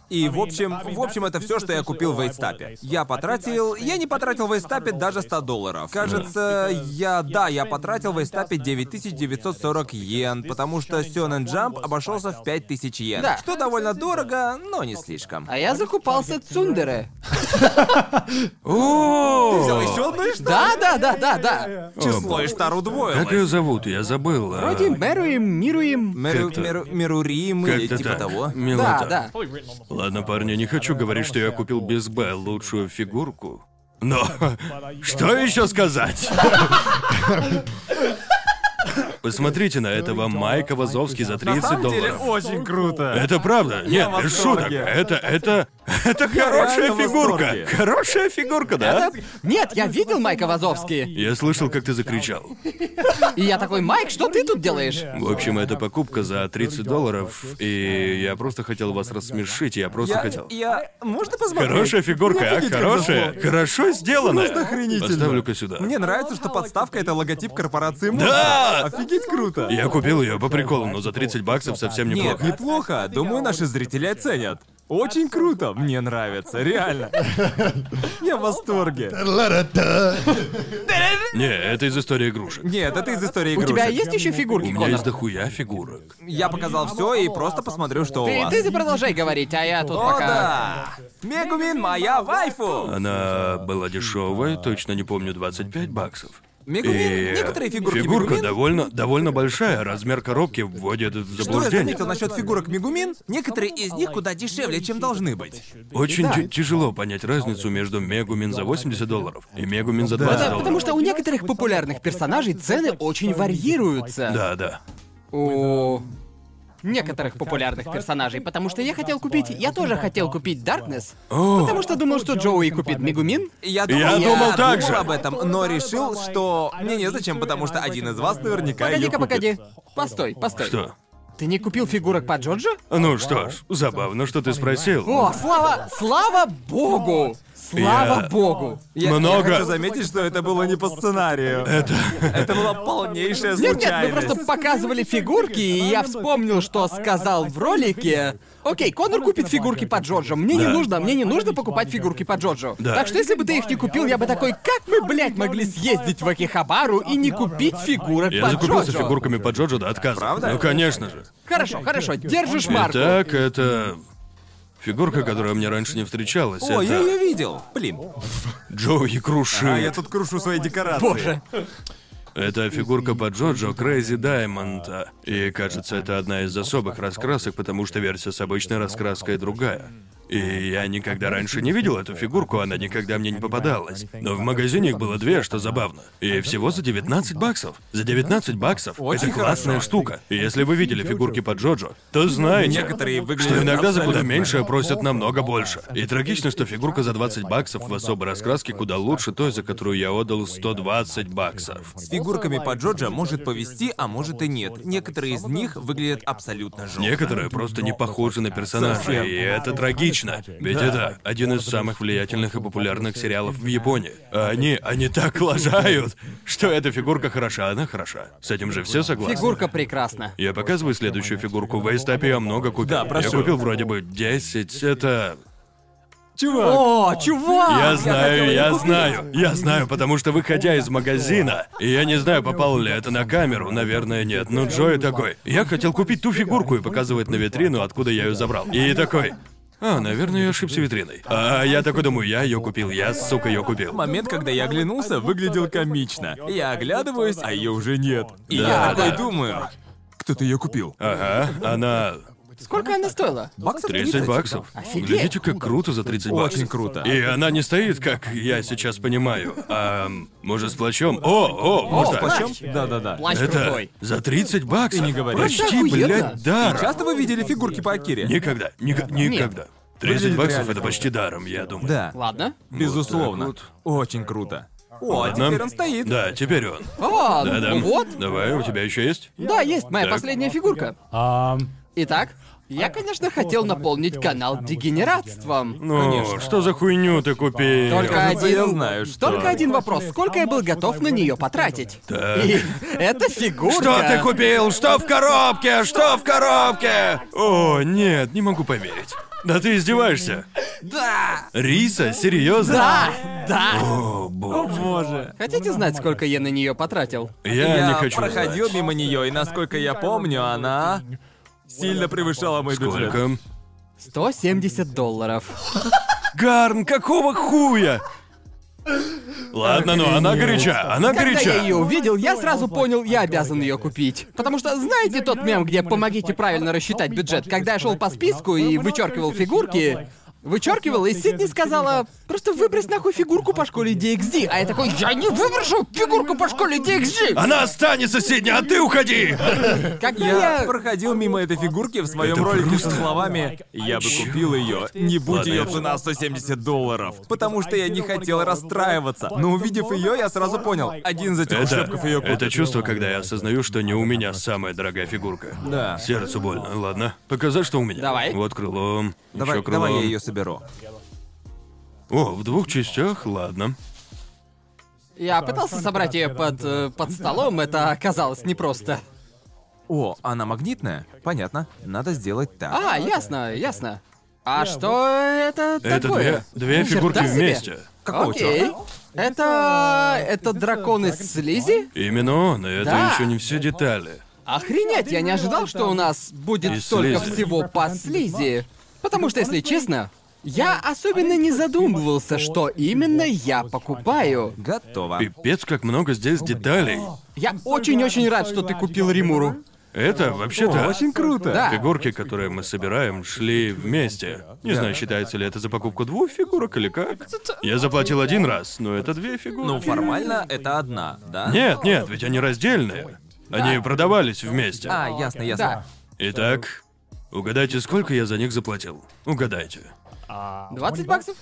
И в общем, в общем, это все, что я купил в Эйстапе. Я потратил... Я не потратил в Эйстапе даже 100 долларов. Кажется, я... Да, я потратил в Эйстапе 9940 йен, потому что Сёнэн Джамп обошелся в 5000 йен.
Да.
Что довольно дорого, но не слишком.
А я закупался Цундере.
О!
Взял еще одно и что?
Да, да, да, да, да.
Число Иштар удвоилось.
Как ее зовут? Я забыл. а.
Вроде Мэруем, Мируем.
Меру,
Как-то-
меру, мерурим или
Как-то
типа
так.
того.
Да,
Милота.
да.
Ладно, парни, не хочу говорить, что я купил без Б лучшую фигурку. Но что еще сказать? Посмотрите на этого Майка Вазовский за
На
30
самом деле
долларов.
очень круто.
Это правда, нет,
в
без
восторге.
шуток. Это, это, это хорошая
реально в
фигурка.
восторге.
Хорошая фигурка, да?
Нет, я видел Майка Вазовски.
Я слышал, как ты закричал.
И я такой, Майк, что ты тут делаешь?
В общем, эта покупка за 30 долларов, и я просто хотел вас рассмешить, я просто
Я,
хотел.
я... Можно посмотреть?
Хорошая фигурка, а?
Офигеть, ну, как
Хорошая.
зашло.
Хорошо сделанная.
охренительно.
Поставлю-ка сюда.
Мне нравится, что подставка — это логотип корпорации Монстр.
Да! А,
Офигеть круто.
Я купил ее по приколу, но за 30 баксов совсем
Нет,
неплохо.
неплохо. Думаю, наши зрители оценят. Очень круто. Мне нравится. Реально. Я в восторге.
Не, это из истории игрушек.
Нет, это из истории
У
игрушек.
тебя есть еще
У
фигурки,
меня
Конор?
есть дохуя фигурок.
Я показал все и просто посмотрю, что у
Ты,
вас.
ты продолжай говорить, а я тут
О,
пока...
да! Мегумин, моя вайфу!
Она была дешевая, точно не помню, 25 баксов.
Мегумин,
И
некоторые фигурки
фигурка
Мегумин-
довольно, довольно большая, размер коробки вводит в
Что я
заблуждение.
заметил насчет фигурок Мегумин? Некоторые из них куда дешевле, чем должны быть.
Очень ти- тяжело понять разницу между Мегумин за 80 долларов и Мегумин за 20
Да,
долларов.
потому что у некоторых популярных персонажей цены очень варьируются.
Да, да.
У некоторых популярных персонажей, потому что я хотел купить... Я тоже хотел купить Даркнесс, потому что думал, что Джоуи купит Мегумин.
Я думал,
Я
я
думал так же.
об этом, но решил, что мне незачем, потому что один из вас наверняка её
Погоди-ка,
купит.
погоди. Постой, постой.
А Что?
Ты не купил фигурок по Джорджу?
Ну что ж, забавно, что ты спросил.
О, слава, слава богу! Слава
Я-
богу.
Я, я
Много.
хочу заметить, что это было не по сценарию. Это... была полнейшая
Нет, нет, мы
случайность.
просто показывали фигурки, и я вспомнил,
А,
что сказал в ролике. Окей, Конор купит фигурки по Джорджу. Мне не
Да.
нужно, мне не нужно покупать фигурки по Джорджу.
Да.
Так что если бы ты их не купил, я бы такой, как мы, блядь, могли съездить в Акихабару и не купить фигурок
Я
по
закупился
Джорджу?
фигурками по Джоджо до отказа.
Правда?
Ну, конечно же.
Хорошо, хорошо, держишь марку.
Итак, это... Фигурка, которая мне раньше не встречалась,
О, я
это
ее видел. Блин.
Джоуи Круши.
А я тут крушу свои декорации.
Боже.
Это фигурка по Джоджо Крейзи Даймонда. И кажется, это одна из особых раскрасок, потому что версия с обычной раскраской другая. И я никогда раньше не видел эту фигурку, она никогда мне не попадалась. Но в магазине их было две, что забавно. И всего за 19 баксов. За 19 баксов.
Очень
это классная
хорошо.
штука. И если вы видели фигурки по Джоджо, то знаете,
Некоторые выглядят
что иногда за
абсолютно.
куда меньшее просят намного больше. И трагично, что фигурка за 20 баксов в особой раскраске куда лучше той, за которую я отдал 120 баксов.
С фигурками по Джорджа может повести, а может и нет. Некоторые из них выглядят абсолютно жестко.
Некоторые просто не похожи на персонажей,
Совсем.
и это трагично. Ведь это один из самых влиятельных и популярных сериалов в Японии. А они, они так лажают, что эта фигурка хороша, она хороша. С этим же все согласны.
Фигурка прекрасна.
Я показываю следующую фигурку. В Эйстапе я много купил.
Да,
я
прошу.
купил вроде бы 10. Это...
Чувак,
О, чувак!
Я
хотел
знаю,
А, её
я
купить.
знаю, я знаю, потому что выходя из магазина, и я не знаю, попало ли это на камеру, наверное, нет, но Джои такой, я хотел купить ту фигурку и показывает на витрину, откуда я ее забрал. И такой, а, наверное, я ошибся витриной. А я такой думаю, я ее купил, я, сука, ее купил.
момент, когда я оглянулся, выглядел комично. Я оглядываюсь, а ее уже нет. И я
Да,
такой
да.
думаю. Кто-то ее купил.
Ага, она
Сколько она стоила?
Баксов
30 баксов.
Офигеть.
Глядите, как круто за 30 баксов.
Очень круто.
И она не стоит, как я сейчас понимаю. А, может, с плащом? О, о,
О,
можно.
почем? Да-да-да.
Плащ
Это
крутой.
за 30 баксов.
И А не говори.
Почти,
Просто охуенно.
блядь, даром.
Часто вы видели фигурки по Акире?
Никогда, ника- никогда. 30
Выглядит
баксов
реально.
это почти даром, я думаю.
Да,
Ладно.
безусловно.
Вот так
Очень круто. О, а
Ладно.
теперь он стоит.
Да, теперь он.
О,
Да, да.
ну вот.
Давай, у тебя еще есть?
Да, есть моя
Так.
последняя фигурка. Итак, я, конечно, хотел наполнить канал дегенератством.
Ну, что за хуйню ты купил?
Только
Кажется,
один...
я знаю, что-
Только один вопрос. Сколько я был готов на нее потратить?
Так.
И это фигурка.
Что ты купил? Что в коробке? Что в коробке? О, нет, не могу поверить. Да ты издеваешься?
Да!
Риса? Серьезно?
Да! Да!
О, боже.
Боже.
А, Хотите знать, сколько я на нее потратил?
Я, не хочу
проходил
знать.
мимо нее, и насколько я помню, она сильно превышала мой бюджет.
Сколько?
170 долларов.
Гарн, какого хуя? Ладно, но она горяча, она
Когда я ее
горяча.
увидел, я сразу понял, я обязан ее купить. Потому что знаете тот мем, где помогите правильно рассчитать бюджет? Когда я шел по списку и вычеркивал фигурки, вычеркивал, и Сидни сказала, просто выбрось нахуй фигурку по школе DXD. А я такой, я не выброшу фигурку по школе DXD!
Она останется, Сидни, а ты уходи!
Когда Ну, я...
Я проходил мимо этой фигурки в своем
Это
ролике
просто-
со словами «Я бы купил ее, не будь
Ладно,
ее
я-
цена 170 долларов, потому что я не хотел расстраиваться». Но увидев ее, я сразу понял, один из этих
Это,
шлепков ее купит.
это чувство, когда я осознаю, что не у меня самая дорогая фигурка.
Да.
Сердцу больно. Ладно, показать, что у меня.
Давай.
Вот крыло.
Давай,
еще крыло.
давай я ее соберу.
О, в двух частях, ладно.
Я пытался собрать ее под, э, под столом, это оказалось непросто.
О, она магнитная? Понятно. Надо сделать так.
А, ясно, ясно. А что это такое?
Это две, две
Ни черта
фигурки
себе.
вместе.
Какого
Окей.
чёрта?
Это... это дракон из слизи?
Именно он, и это
Да.
еще не все детали.
Охренеть, я не ожидал, что у нас будет
Из
столько
слизи.
всего по слизи. Потому что, если честно, я особенно не задумывался, что именно я покупаю.
Готово.
Пипец, как много здесь деталей.
Я очень-очень рад, что ты купил Римуру.
Это вообще-то...
Очень круто.
Да.
Фигурки, которые мы собираем, шли вместе. Не знаю, считается ли это за покупку двух фигурок или как. Я заплатил один раз, но это две фигурки.
Ну, формально это одна, да?
Нет, нет, ведь они раздельные. Они продавались вместе.
А, ясно, ясно.
Да.
Итак, угадайте, сколько я за них заплатил. Угадайте.
20 баксов?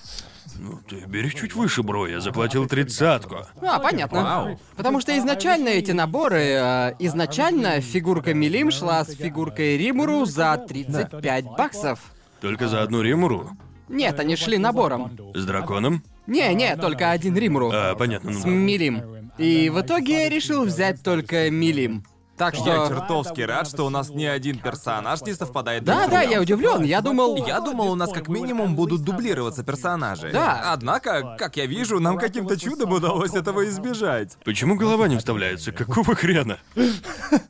Ну, ты бери чуть выше, бро, я заплатил тридцатку.
А, понятно.
Вау.
Потому что изначально эти наборы... э, изначально фигурка Милим шла с фигуркой Римуру за 35 баксов.
Только за одну римуру.
Нет, они шли набором.
С драконом?
Не-не, только один Римру.
А, понятно. ну
С
да.
Милим. И в итоге я решил взять только Милим. Так
Я
что...
чертовски рад, что у нас ни один персонаж не совпадает друг с
Да, да,
другом.
я удивлен. Я думал...
Я думал, у нас как минимум будут дублироваться персонажи.
Да.
Однако, как я вижу, нам каким-то чудом удалось этого избежать.
Почему голова не вставляется? Какого хрена?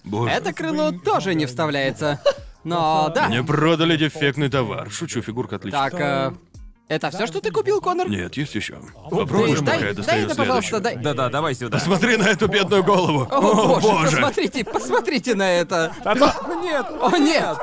Боже.
Это крыло тоже не вставляется. Но да.
Мне продали дефектный товар. Шучу, фигурка отлично.
Так, э, это все, что ты купил, Конор?
Нет, есть еще.
Ты-
Попробуем, пока я
дай, дай
достаю
это, пожалуйста,
следующую.
дай.
Да-да, давай сюда.
Смотри на эту бедную голову.
О, боже, посмотрите, посмотрите на это. Нет. О, нет.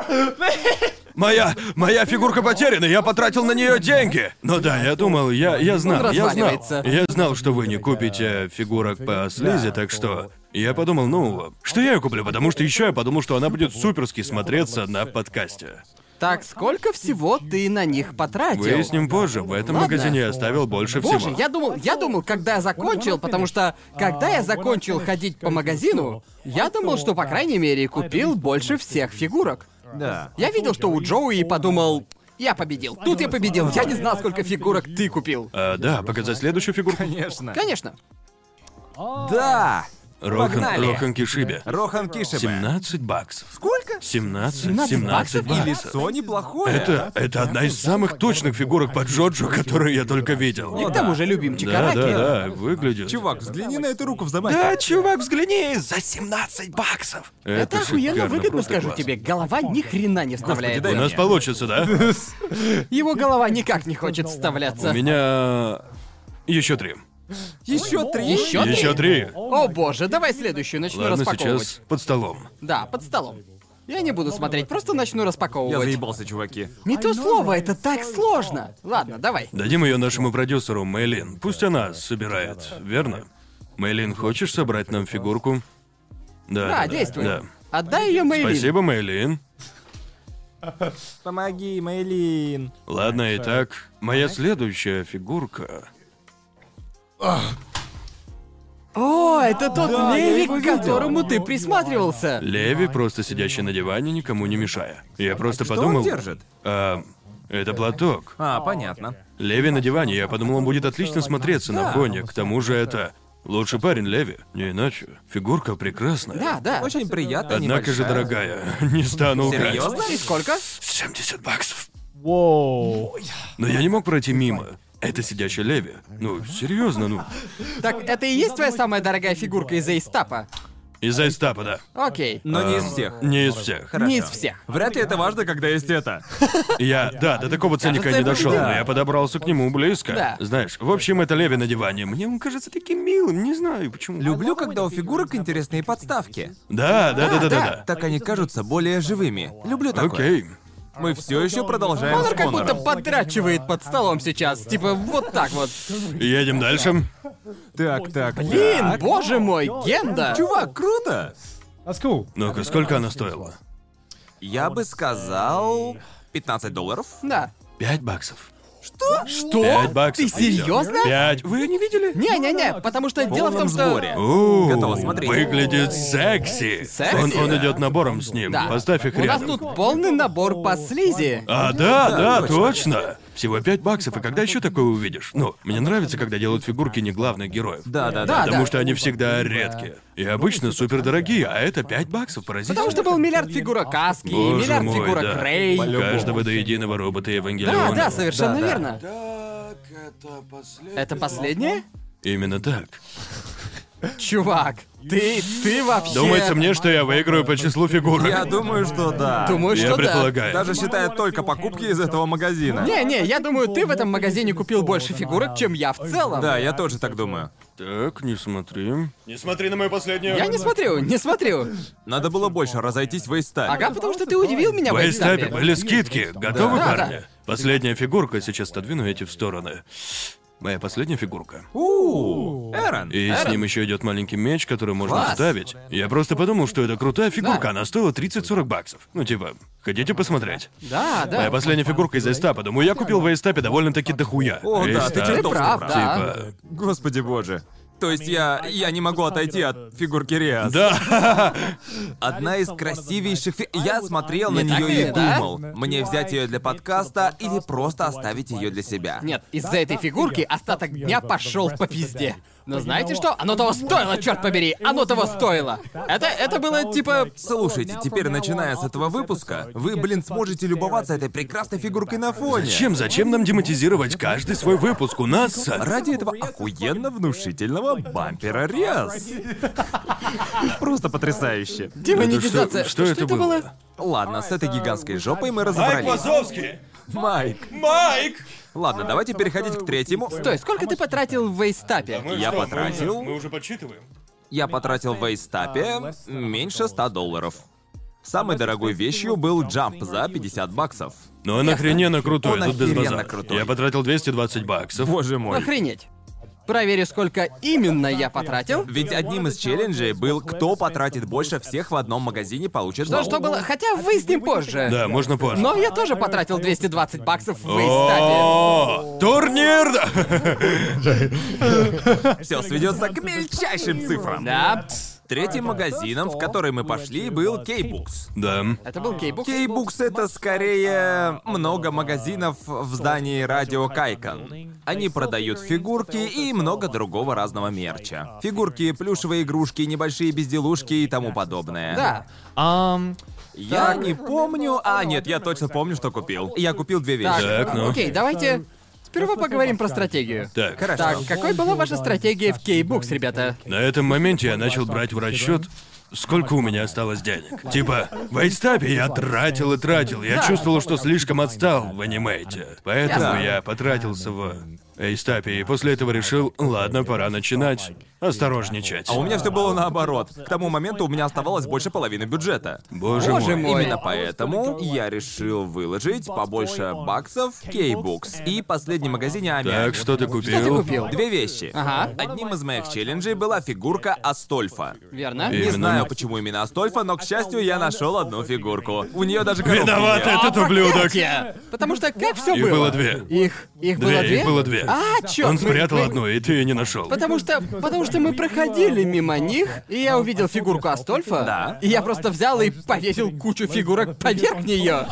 Моя, моя фигурка потеряна, я потратил на нее деньги. Ну да, я думал, я, я знал,
Он
я знал,
разваливается.
я знал, что вы не купите фигурок по слизи, так что я подумал, ну, что я ее куплю, потому что еще я подумал, что она будет суперски смотреться на подкасте.
Так, сколько всего ты на них потратил?
Выясним позже. В этом
Ладно.
магазине я оставил больше всего.
Боже, я думал, я думал, когда я закончил, потому что когда я закончил ходить по магазину, я думал, что по крайней мере купил больше всех фигурок.
Да.
Я видел, что у Джоуи и подумал, я победил. Тут я победил. Я не знал, сколько фигурок ты купил.
А, да, показать следующую фигурку.
Конечно.
Конечно.
Да!
Рохан,
Погнали.
Рохан Кишиби.
Рохан Кишибе.
17 баксов.
Сколько?
17,
17
17
баксов?
И
баксов.
лицо неплохое.
Это, это одна из самых точных фигурок по Джоджо, которую я только видел.
И к тому же любимчик
Да,
Араки.
да, да, выглядит.
Чувак, взгляни на эту руку в замахе.
чувак, взгляни, за 17 баксов.
Это охуенно
шикарно,
выгодно,
просто
скажу
класс. ну,
тебе. Голова ни хрена не вставляет.
У
дай
нас
мне.
получится, да?
Его голова никак не хочет
У
вставляться.
меня... Еще три.
Еще три.
Еще ты?
Еще три.
О боже, давай следующую начну
Ладно,
распаковывать.
сейчас под столом.
Да, под столом. Я не буду смотреть, просто начну
Я
распаковывать.
заебался, чуваки.
Не то слово, это так сложно. Ладно, давай.
Дадим ее нашему продюсеру Мэйлин. Пусть она собирает, верно? Мэйлин, хочешь собрать нам фигурку? Да.
Да, действуй.
Да.
Отдай ее Мэйлин.
Спасибо, Мэйлин.
Помоги, Мейлин.
Ладно, итак, моя следующая фигурка.
О, это тот Леви,
его
к которому ты присматривался.
Леви, просто сидящий на диване, никому не мешая. Я
А
просто
Что
подумал...
он держит?
«А, это платок.
А, понятно.
Леви на диване, я подумал, он будет отлично смотреться на фоне. К тому же это лучший парень Леви, не иначе. Фигурка прекрасная.
Да, да.
Очень приятно,
Однако же,
небольшая.
дорогая, не стану лгать.
Серьезно?
И сколько?
70 баксов.
Воу.
Но я не мог пройти мимо. Это сидящий Леви. Ну, серьезно, ну.
Так это и есть твоя самая дорогая фигурка из Эйстапа?
Из-за эстапа, да.
Окей.
Но не из всех.
Не из всех.
Хорошо.
Не из всех.
Вряд ли это важно, когда есть это.
Я, да, до такого ценника
Кажется,
не
я
дошел, но
поняла.
я подобрался к нему близко.
Да.
Знаешь, в общем, это Леви на диване. Мне он кажется таким милым, не знаю почему.
Люблю, когда у фигурок интересные подставки.
Да, да, да, да,
да.
да.
Так они кажутся более живыми. Люблю
да.
такое.
Окей.
Мы все еще продолжаем
Конор
с
как будто
Конором.
подрачивает под столом сейчас. Типа вот так вот.
Едем дальше.
Так, так,
Блин,
так.
боже мой, Генда.
Чувак, круто!
That's cool.
Ну-ка, сколько она стоила?
Я бы сказал... 15 долларов?
Да.
Пять баксов.
Что?
Пять баксов.
Ты серьезно?
Пять. Вы не видели?
Не-не-не, потому что дело в том,
полном
что...
сборе.
О,
Готово смотреть.
Выглядит секси.
Секси?
Он, он идет набором с ним.
Да.
Поставь их
У нас
рядом.
тут полный набор по слизи.
А, да, да,
Да,
точно. Всего пять баксов, и когда еще такое увидишь? Ну, мне нравится, когда делают фигурки не главных героев.
Да, да,
Да,
да.
Потому что они всегда редкие. И обычно супер дорогие, а это 5 баксов поразительно.
Потому что был миллиард фигурок Аски,
Боже
миллиард
мой,
фигурок
да.
Рэй.
Каждого до единого робота
Да,
Евангелиона.
да, совершенно
Да, да.
верно.
Так, это последний.
Это последнее?
Именно так.
Чувак, ты, ты вообще...
Думается мне, что я выиграю по числу фигурок.
Я думаю, что да.
Думаю,
Я
что да.
предполагаю.
Даже считая только покупки из этого магазина.
Не-не, я думаю, ты в этом магазине купил больше фигурок, чем я в целом.
Да, я тоже так думаю.
Так, не смотри. Не смотри на мою последнюю.
Я не смотрю, не смотрю.
Надо было больше разойтись в Эйстапе.
Ага, потому что ты удивил меня в
В Эйстапе
Эйстапе.
были скидки. Готовы,
Да,
парни? Последняя фигурка, сейчас отодвину эти в стороны. Моя последняя фигурка.
У, Эрон.
И с ним еще идет маленький меч, который можно
Класс.
вставить. Я просто подумал, что это крутая фигурка,
Да.
она стоила 30-40 баксов. Ну типа, хотите посмотреть?
Да,
Моя
да.
последняя фигурка из Эйстапа. Думаю, я купил в Эйстапе довольно-таки дохуя.
О, да, ты
Эйстап,
чертовски
Ты прав, да.
Типа,
Господи боже. То есть я... я не могу отойти от фигурки Риас.
Да.
Одна из красивейших фи... Я смотрел на
Не так
нее и
ли, да?
думал, мне взять ее для подкаста или просто оставить ее для себя.
Нет, из-за этой фигурки остаток дня пошел по пизде. Но знаете что? Оно того стоило, черт побери! Оно того стоило! Это, это было типа...
Слушайте, теперь, начиная с этого выпуска, вы, блин, сможете любоваться этой прекрасной фигуркой на фоне.
Чем, зачем нам демонтизировать каждый свой выпуск? У нас...
Ради этого охуенно внушительного бампера Риас. Просто потрясающе.
типа Демонетизация.
что- что это было?
Ладно, с этой гигантской жопой мы разобрались.
Вазовский!
Майк.
Майк!
Ладно, давайте переходить к третьему.
Стой, сколько ты потратил в вейстапе?
Я что, мы потратил- уже-
Мы, уже подсчитываем.
Я потратил в Эйстапе меньше 100 долларов. Самой дорогой вещью был джамп за 50 баксов.
Но он охрененно а крутой,
Он
тут без
охеренно
базара.
крутой.
Я потратил 220 баксов.
Боже мой.
Охренеть. Проверю, сколько именно я потратил.
Ведь одним из челленджей был, кто потратит больше всех в одном магазине, получит
То,
лоу.
что было... Хотя выясним позже.
Да, можно позже.
Но я тоже потратил 220 баксов в вейстапе.
О, турнир!
Все сведется к мельчайшим цифрам.
Да.
Третьим магазином, в который мы пошли, был Кейбукс.
Да.
Это был кейбук.
Кейбукс это скорее много магазинов в здании радио Кайкон. Они продают фигурки и много другого разного мерча. Фигурки, плюшевые игрушки, небольшие безделушки и тому подобное.
Да.
Я не помню. А, нет, я точно помню, что купил. Я купил две вещи.
Так, ну.
Так, окей, давайте сперва поговорим про стратегию.
Так.
Хорошо.
Так, какой была ваша стратегия в кейбукс, ребята?
На этом моменте я начал брать в расчет, сколько у меня осталось денег. Типа, в Айстапе я тратил и тратил. Я чувствовал, что слишком отстал в анимейте. Поэтому
Ясно.
я потратился в Эйстапе, и после этого решил, ладно, пора начинать осторожничать.
А у меня все было наоборот. К тому моменту у меня оставалось больше половины бюджета.
Боже,
Боже
мой.
мой.
Именно поэтому я решил выложить побольше баксов в Кейбукс и последнем магазине Ами.
Так, что ты купил?
Что ты купил?
Две вещи.
Ага.
Одним из моих челленджей была фигурка Астольфа.
Верно?
И-
Не
Именно.
знаю, почему именно Астольфа, но, к счастью, я нашел одну фигурку. У нее даже коробки
Виноват
нет.
этот ублюдок.
Проклятие! Потому что как все
Их
было?
было две.
Их,
Две,
их было две?
их было две.
А, чёрт,
Он
мы-
спрятал
мы-
одну, и ты ее не нашел.
Потому что, потому что мы проходили мимо них, и я увидел фигурку Астольфа,
Да.
и я просто взял и повесил кучу фигурок поверх нее.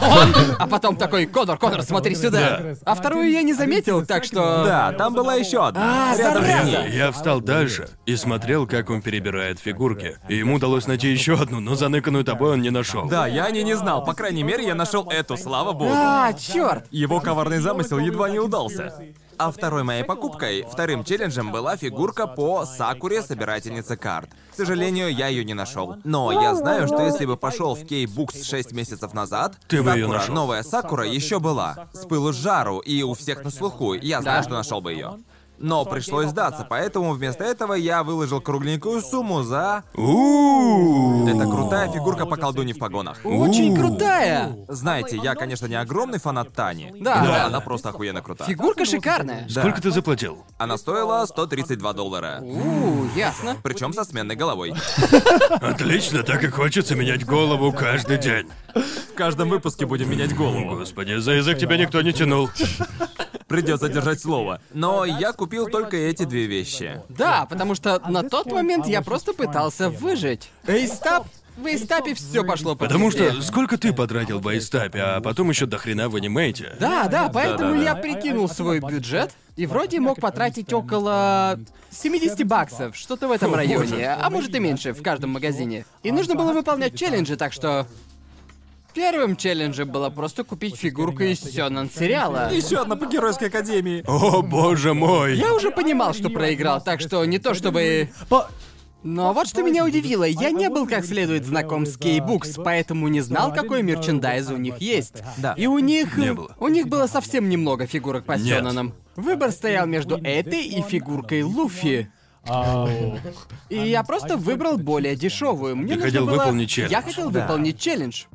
А потом такой, Конор, Конор, смотри сюда.
Да.
А вторую я не заметил, так что...
Да, там была еще одна.
А,
рядом с
зараза!
ней.
Я встал дальше и смотрел, как он перебирает фигурки. И ему удалось найти еще одну, но заныканную тобой он не нашел.
Да, я о ней не знал. По крайней мере, я нашел эту, слава богу.
А, черт!
Его коварный замысел едва не удался. А второй моей покупкой, вторым челленджем была фигурка по Сакуре собирательнице карт. К сожалению, я ее не нашел. Но я знаю, что если бы пошел в Кей Букс 6 месяцев назад,
Ты бы её
Сакура,
нашел.
новая Сакура еще была. С пылу с жару и у всех на слуху. Я знаю,
Да.
что нашел бы ее. Но пришлось сдаться, поэтому вместо этого я выложил кругленькую сумму за...
у
Это крутая фигурка по колдуне в погонах.
Очень крутая!
Знаете, я, конечно, не огромный фанат Тани,
Да.
но
Да.
она просто охуенно крута.
Фигурка шикарная.
Да.
Сколько ты заплатил?
Она стоила 132 доллара.
У, ясно.
Причем со сменной головой.
Отлично, так и хочется менять голову каждый день.
В каждом выпуске будем менять голову.
Господи, за язык тебя никто не тянул.
Придется держать слово. Но я купил только эти две вещи.
Да, потому что на тот момент я просто пытался выжить. Эйстап! В Эйстапе все пошло по
Потому
пизде.
что сколько ты потратил в Айстапе, а потом еще до хрена в анимейте?
Да, да, поэтому
Да-да-да.
я прикинул свой бюджет и вроде мог потратить около 70 баксов, что-то в этом районе, а может и меньше, в каждом магазине. И нужно было выполнять челленджи, так что... Первым челленджем было просто купить фигурку из Сёнэн сериала.
Еще одна по Геройской Академии.
О, боже мой!
Я уже понимал, что проиграл, так что не то чтобы... Но вот что меня удивило, я не был как следует знаком с Кейбукс, поэтому не знал, какой мерчендайз у них есть.
Да.
И у них...
Не было.
У них было совсем немного фигурок по
Нет.
Сёнэнам. Выбор стоял между этой и фигуркой Луфи. И я просто выбрал более дешевую.
Ты
Мне нужно
хотел
было-
выполнить челлендж.
Я хотел
Да.
выполнить челлендж.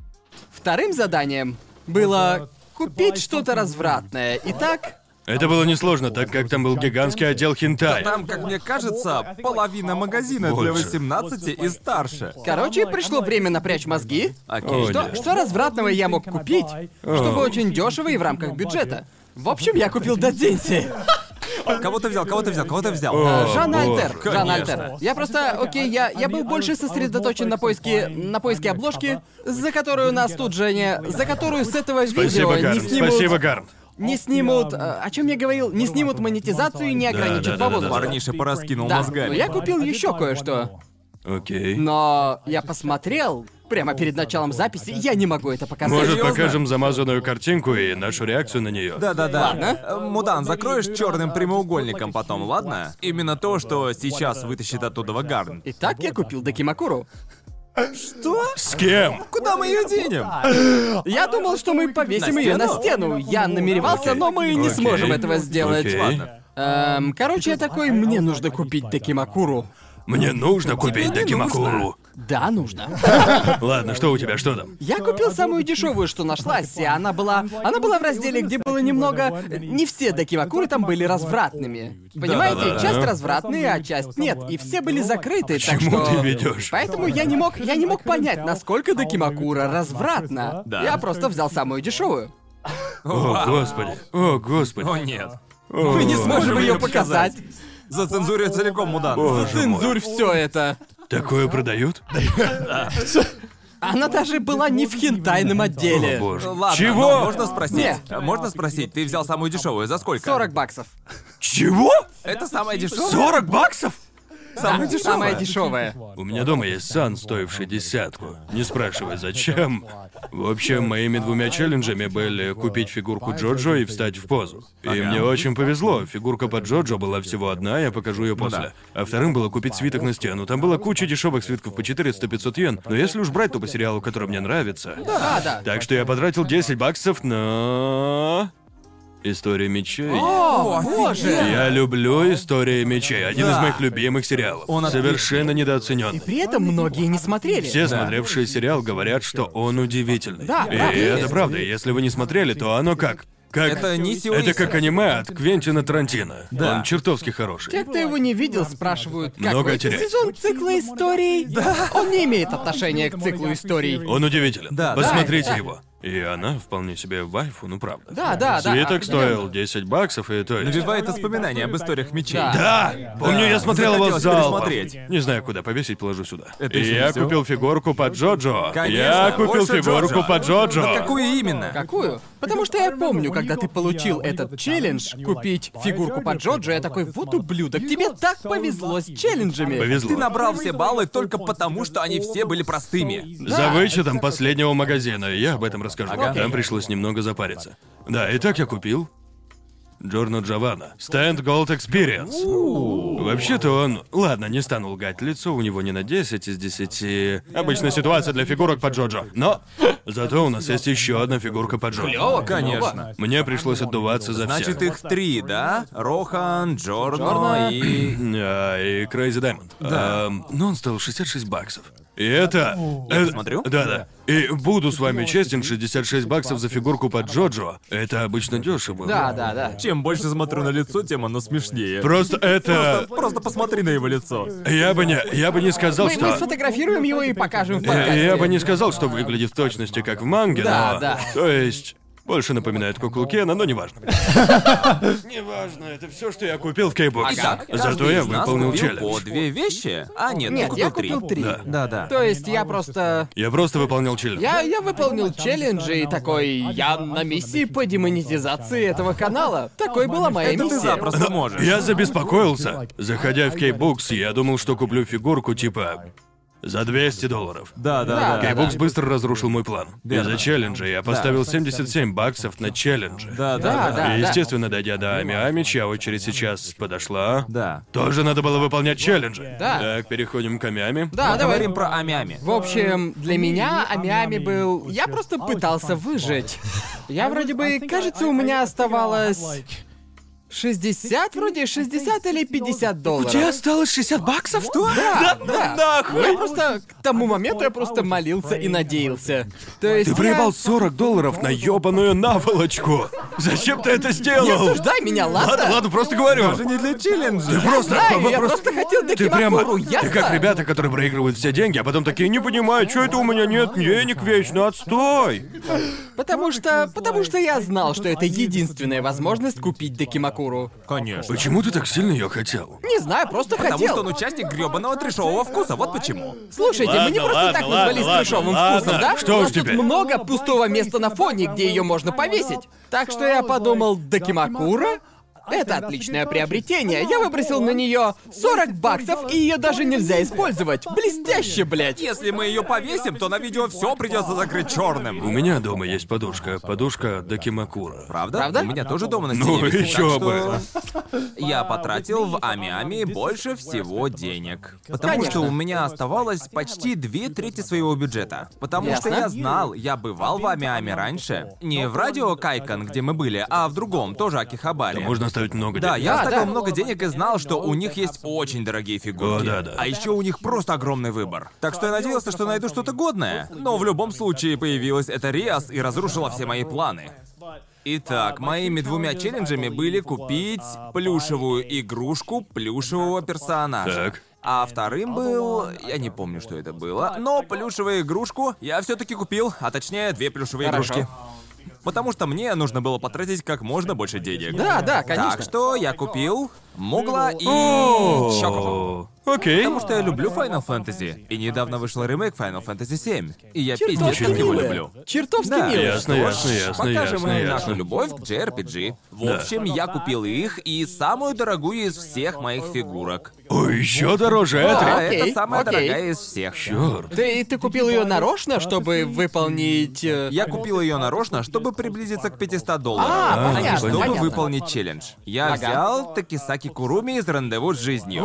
Вторым заданием было купить что-то развратное. Итак,
Это было несложно, так как там был гигантский отдел хентай.
Там, как мне кажется, половина магазина для
Больше.
18 и старше.
короче, пришло время напрячь мозги.
Окей.
Ой,
Что?
Что, что развратного я мог купить, чтобы очень дешево и в рамках бюджета? В общем, я купил Дадзинси.
Кого ты взял, кого ты взял, кого ты взял?
О,
Жан
боже.
Альтер, Жан
Конечно.
Альтер. Я просто, окей, я, я был больше сосредоточен на поиске, на поиске обложки, за которую нас тут, Женя, за которую с этого видео
Спасибо,
не
Гарн.
снимут...
Спасибо, Гарн.
Не снимут, э, о чем я говорил, не снимут монетизацию и не ограничат по
да-да-да-да.
возрасту.
Парниша пораскинул
Да,
мозгами.
но я купил еще кое-что. Ну,
Окей.
Но я посмотрел прямо перед началом записи, я не могу это показать.
Может,
серьезно?
покажем замазанную картинку и нашу реакцию на нее?
Да-да-да.
Ладно.
Э, Мудан, закроешь черным прямоугольником потом, ладно? Именно то, что сейчас вытащит оттуда Гарн.
Итак, я купил Докимакуру.
Что?
С кем?
Куда мы ее денем?
Я думал, что мы повесим
На
ее на
стену?
стену. Я намеревался, но мы не
Окей.
сможем этого сделать.
Окей.
Ладно.
Эм, короче, я такой, мне нужно купить Такимакуру.
Мне нужно купить Дакимакуру.
Да, нужно.
Ладно, что у тебя, что там?
Я купил самую дешевую, что нашлась, и она была... Она была в разделе, где было немного... Не все Дакимакуры там были развратными. Понимаете,
Да-да-да.
часть развратные, а часть нет. И все были закрыты, так
Чему
что...
ты ведешь?
Поэтому я не мог, я не мог понять, насколько Дакимакура развратна.
Да.
Я просто взял самую дешевую.
О, господи. О, господи.
О нет.
О,
Мы не
можем
сможем ее
её
показать.
Зацензурю целиком, Мудан.
Боже мой.
Цензурь все это.
Такое продают?
Она даже была не в хентайном
О,
отделе.
боже.
Ладно,
Чего?
но можно спросить? А
Не.
Можно спросить, ты взял самую дешевую за сколько?
40 баксов.
Чего?
Это самая дешевая?
40 баксов?
Самая дешевая?
Самая дешевая.
У меня дома есть сан, стоивший десятку. Не спрашивай, зачем. В общем, моими двумя челленджами были купить фигурку Джоджо и встать в позу. И мне очень повезло. Фигурка по Джоджо была всего одна, я покажу ее после. А вторым было купить свиток на стену. Там была куча дешевых свитков по 400-500 йен. Но если уж брать, то по сериалу, который мне нравится.
Да, да.
Так что я потратил 10 баксов на... Историю мечей.
О, боже!
Я люблю «История мечей», один из моих любимых сериалов.
Он отличный.
Совершенно недооценен.
При этом многие не смотрели.
Все, смотревшие сериал, говорят, что он удивительный.
Да,
и
да,
это
есть.
правда. Если вы не смотрели, то оно как? Как...
Это Ниссио
Это
Исси.
как аниме от Квентина Тарантино.
Да.
Он чертовски хороший.
Те, кто его не видел, спрашивают, как
Много
какой
терять.
сезон цикла историй. Да. Он не имеет отношения к циклу историй.
Он удивителен.
Да, да.
Посмотрите его. И она вполне себе вайфу, ну правда.
Да, да, да.
Свиток стоил
определенно.
10 баксов, и то есть...
Навевает воспоминания об историях мечей.
Да.
Да! Помню, я смотрел его
Захотелось
залпом.
пересмотреть.
Не знаю, куда повесить, положу сюда.
Это
И
еще не
я
всё.
купил фигурку по Джоджо.
Конечно,
я купил
больше
фигурку
Джоджо.
по Джоджо.
Да какую именно?
Какую? Потому что я помню, когда ты получил этот челлендж, купить фигурку по Джоджо, я такой, вот ублюдок, тебе так повезло с челленджами.
Повезло.
Ты набрал все баллы только потому, что они все были простыми.
За вычетом последнего магазина, я об этом расскажу.
Ага.
Там пришлось немного запариться. Да, и так я купил. Джорно Джованна. Stand Gold Experience. Вообще-то он... Ладно, не стану лгать. Лицо у него не на 10 из 10. Обычная ситуация для фигурок по Джоджо. Но зато у нас есть еще одна фигурка по Джоджо.
Клёво,
Конечно.
Мне пришлось отдуваться за всех.
Значит, их три, да? Рохан, Джорно
Джорно.
и...
А, и Crazy Diamond. Да. но он стоил 66 баксов. И это... э,
посмотрю.
Да-да. И буду с вами честен, 66 баксов за фигурку под Джоджо. Это обычно дешево.
Да, да, да.
Чем больше смотрю на лицо, тем оно смешнее.
Просто это...
Просто, просто посмотри на его лицо.
Я бы не... Я бы не сказал,
Мы, мы
что...
сфотографируем его и покажем в
Я,
подкасте.
я бы не сказал, что выглядит в точности как в манге,
Да,
но...
да.
То есть... Больше напоминает куклу Кена, но неважно. Неважно, это все, что я купил в кейбоксе.
Итак,
Зато
каждый
я
из нас
выполнил
купил по
челлендж.
две вещи. А, нет,
Нет,
ты
я
купил
купил три.
Да.
Да-да.
То есть я просто...
Я просто выполнил челлендж.
Я, я выполнил челленджи и такой, я на миссии по демонетизации этого канала. Такой была моя
Это ты
миссия.
запросто можешь.
Я забеспокоился. Заходя в кейбукс, я думал, что куплю фигурку типа за 200 долларов.
Да-да-да.
Да.
Кейбукс быстро разрушил мой план.
Верно.
Из-за челленджа я поставил 77 баксов на челленджи.
Да-да-да.
Да, да.
И, естественно, дойдя до Ами-Ами, чья очередь сейчас подошла,
Да.
тоже надо было выполнять челленджи.
Да.
Так, переходим к Ами-Ами.
Да, давай.
Говорим про Амями.
В общем, для меня Амиами был... Я просто пытался выжить. Я вроде бы... Кажется, у меня оставалось... 60, вроде 60 или 50 долларов.
осталось 60 баксов? Что?
Да, да. Я просто... К тому моменту я просто молился и надеялся. То есть
Ты
я...
проебал 40 долларов на ёбаную наволочку. Зачем ты это
Не
сделал?
осуждай меня,
Ладно,
ладно?
ладно, просто говорю.
Даже не для челленджа.
Ты просто,
Знаю, я
просто...
просто хотел
Ты
Дакимакуру,
прямо...
ясно?
Ты как ребята, которые проигрывают все деньги, а потом такие, не понимаю, что это у меня нет денег вечно, отстой.
Потому что... Потому что я знал, что это единственная возможность купить Дакимакуру.
Конечно.
Почему ты так сильно ее хотел?
Не знаю, просто
Потому
хотел.
что он участник грёбаного трешового вкуса, вот почему.
Слушайте, мы не
ну, Ладно,
просто
ладно,
так назвались
ладно,
трешовым
ладно.
вкусом, да?
Что
У
уж
нас тут
теперь.
много пустого места на фоне, где ее можно повесить. Так что я подумал, Дакимакура? Это отличное приобретение. Я выбросил на нее 40 баксов, и ее даже нельзя использовать. Блестяще, блядь.
Если мы ее повесим, то на видео все придется закрыть
У
черным.
меня дома есть подушка, подушка Дакимакура.
Правда?
Правда?
У меня тоже дома на стене
Ну
висит, так
еще
что
бы.
Я потратил в Ами-Ами больше всего денег. Потому
Конечно.
что у меня оставалось почти две трети своего бюджета. Потому что я
Ясно.
знал, я бывал в Ами-Ами раньше. Не в радио Кайкан, где мы были, а в другом, тоже Акихабаре.
Там можно оставить много денег.
Да, я
Да,
оставил
да.
много денег и знал, что у них есть очень дорогие фигурки.
О, да, да.
А еще у них просто огромный выбор. Так что я надеялся, что найду что-то годное. Но в любом случае появилась эта Риас и разрушила все мои планы. Итак, моими двумя челленджами были купить
а,
плюшевую игрушку плюшевого персонажа.
Так.
А вторым был... Я не помню, что это было. Но плюшевую игрушку я все таки купил, а точнее две плюшевые
Хорошо.
игрушки. Потому что мне нужно было потратить как можно больше денег.
Да, да, конечно.
Так что я купил Мугла и
О,
Чокопа.
Окей.
Потому что я люблю Final Fantasy. И недавно вышел ремейк Final Fantasy 7. И я пиздец
Чертовски
как его
мило.
люблю.
Чертовски
Да.
мило.
Ясно, ясно, ясно,
Покажем
ясно,
им нашу
ясно.
любовь к JRPG. В
Да.
общем, я купил их и самую дорогую из всех моих фигурок.
О, еще дороже это.
Да,
окей,
это самая
окей.
дорогая из всех.
Черт.
Ты, ты купил ее нарочно, чтобы выполнить... э,
Я купил ее нарочно, чтобы приблизиться к 500 долларов.
А,
и
понятно,
чтобы
понятно.
выполнить челлендж. Я
Ага.
взял Такисаки Куруми из рандеву с жизнью.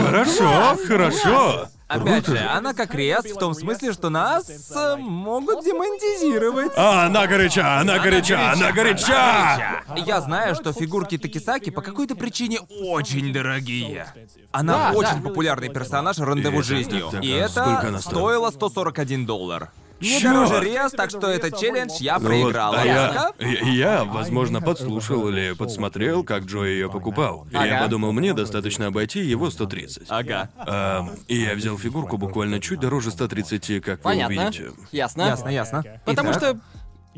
Хорошо, хорошо.
Опять же, она как Риас в том смысле, что нас э, могут демонтизировать.
А, она горяча, она горяча, она горяча!
Я знаю, что фигурки Такисаки по какой-то причине очень дорогие. Она
Да,
очень
да.
популярный персонаж рандеву
И
с
это-
жизнью.
так,
И
а сколько
это
она стоит?
стоило 141 доллар. Не
Чёрт!
дороже Риас, так что этот челлендж я
Ну вот,
проиграл.
а я,
Ясно?
я, я, возможно, подслушал или подсмотрел, как Джо ее покупал. И я
Ага.
подумал, мне достаточно обойти его 130.
Ага.
Эм, и я взял фигурку буквально чуть дороже 130, как вы
Понятно.
увидите.
Ясно.
Ясно, ясно.
Потому
Итак,
что...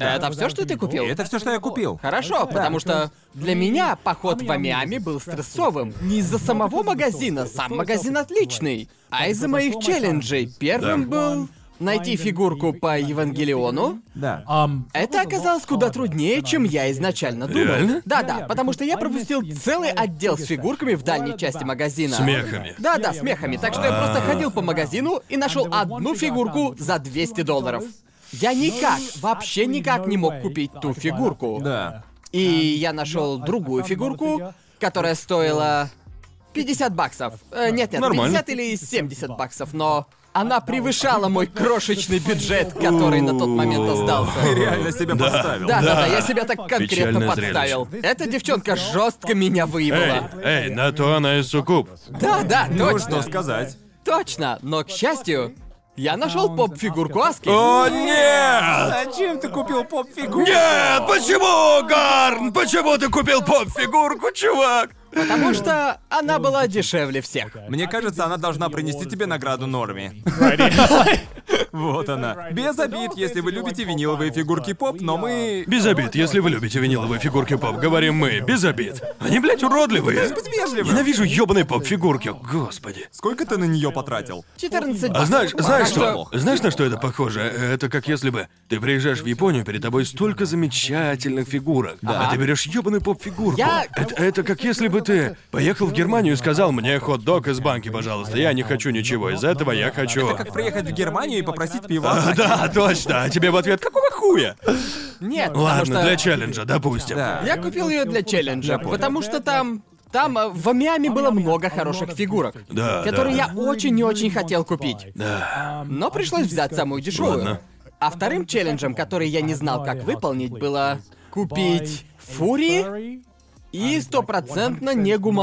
Это все, что ты купил?
Это все, что я купил.
Хорошо, потому что для меня поход в Амиами был стрессовым.
Ну,
Не из-за самого магазина, сам магазин отличный, а из-за моих челленджей. Первым был найти фигурку по Евангелиону.
Да.
Это оказалось куда труднее, чем я изначально думал.
Реально?
Да-да, потому что я пропустил целый отдел с фигурками в дальней части магазина.
С мехами.
Да-да, с мехами. Так что я просто ходил по магазину и нашел одну фигурку за 200 долларов. Я никак, вообще никак не мог купить ту фигурку.
Да.
И я нашел другую фигурку, которая стоила 50 баксов. Э, Нет, нет,
Нормально.
50 или 70 баксов, но она превышала мой крошечный бюджет, который на тот момент остался.
Реально себя поставил.
Да, да, да, я себя так конкретно
Печальное
подставил. Эта девчонка жестко меня
Эй,
выебала.
эй, на то она и суккуб.
Да, да,
Ну
точно.
что сказать.
Точно, но к счастью, я нашел поп-фигурку Аски.
О, нет!
Зачем А ты купил поп-фигуру?
Нет, почему, Гарн? Почему ты купил поп-фигурку, чувак?
Потому что она была дешевле всех.
Мне кажется, она должна принести тебе награду Норме. Вот она. Без обид, если вы любите виниловые фигурки поп, но мы...
Без обид, если вы любите виниловые фигурки поп, говорим мы, без обид. Они, блядь, уродливые.
Будь вежливым.
Ненавижу ёбаные поп-фигурки, господи.
Сколько ты на нее потратил?
14
А знаешь, знаешь что?
Хорошо.
Знаешь, на что это похоже? Это как если бы ты приезжаешь в Японию, перед тобой столько замечательных фигурок, а ты берешь ёбаную поп-фигурку.
Я-
Это, это как если бы ты поехал в Германию и сказал мне хот-дог из банки, пожалуйста. Я не хочу ничего из этого, я хочу.
Как приехать в Германию и попросить пива?
А, да, точно. А тебе в ответ какого хуя?
Нет, потому
Ладно,
что...
для челленджа, допустим.
Да.
Я купил ее для челленджа, потому что там... Там э, в Амиами было много хороших фигурок,
Да,
которые
да.
я очень и очень хотел купить.
Да.
Но пришлось взять самую дешевую.
Ладно.
А вторым челленджем, который я не знал, как выполнить, было купить фури и стопроцентно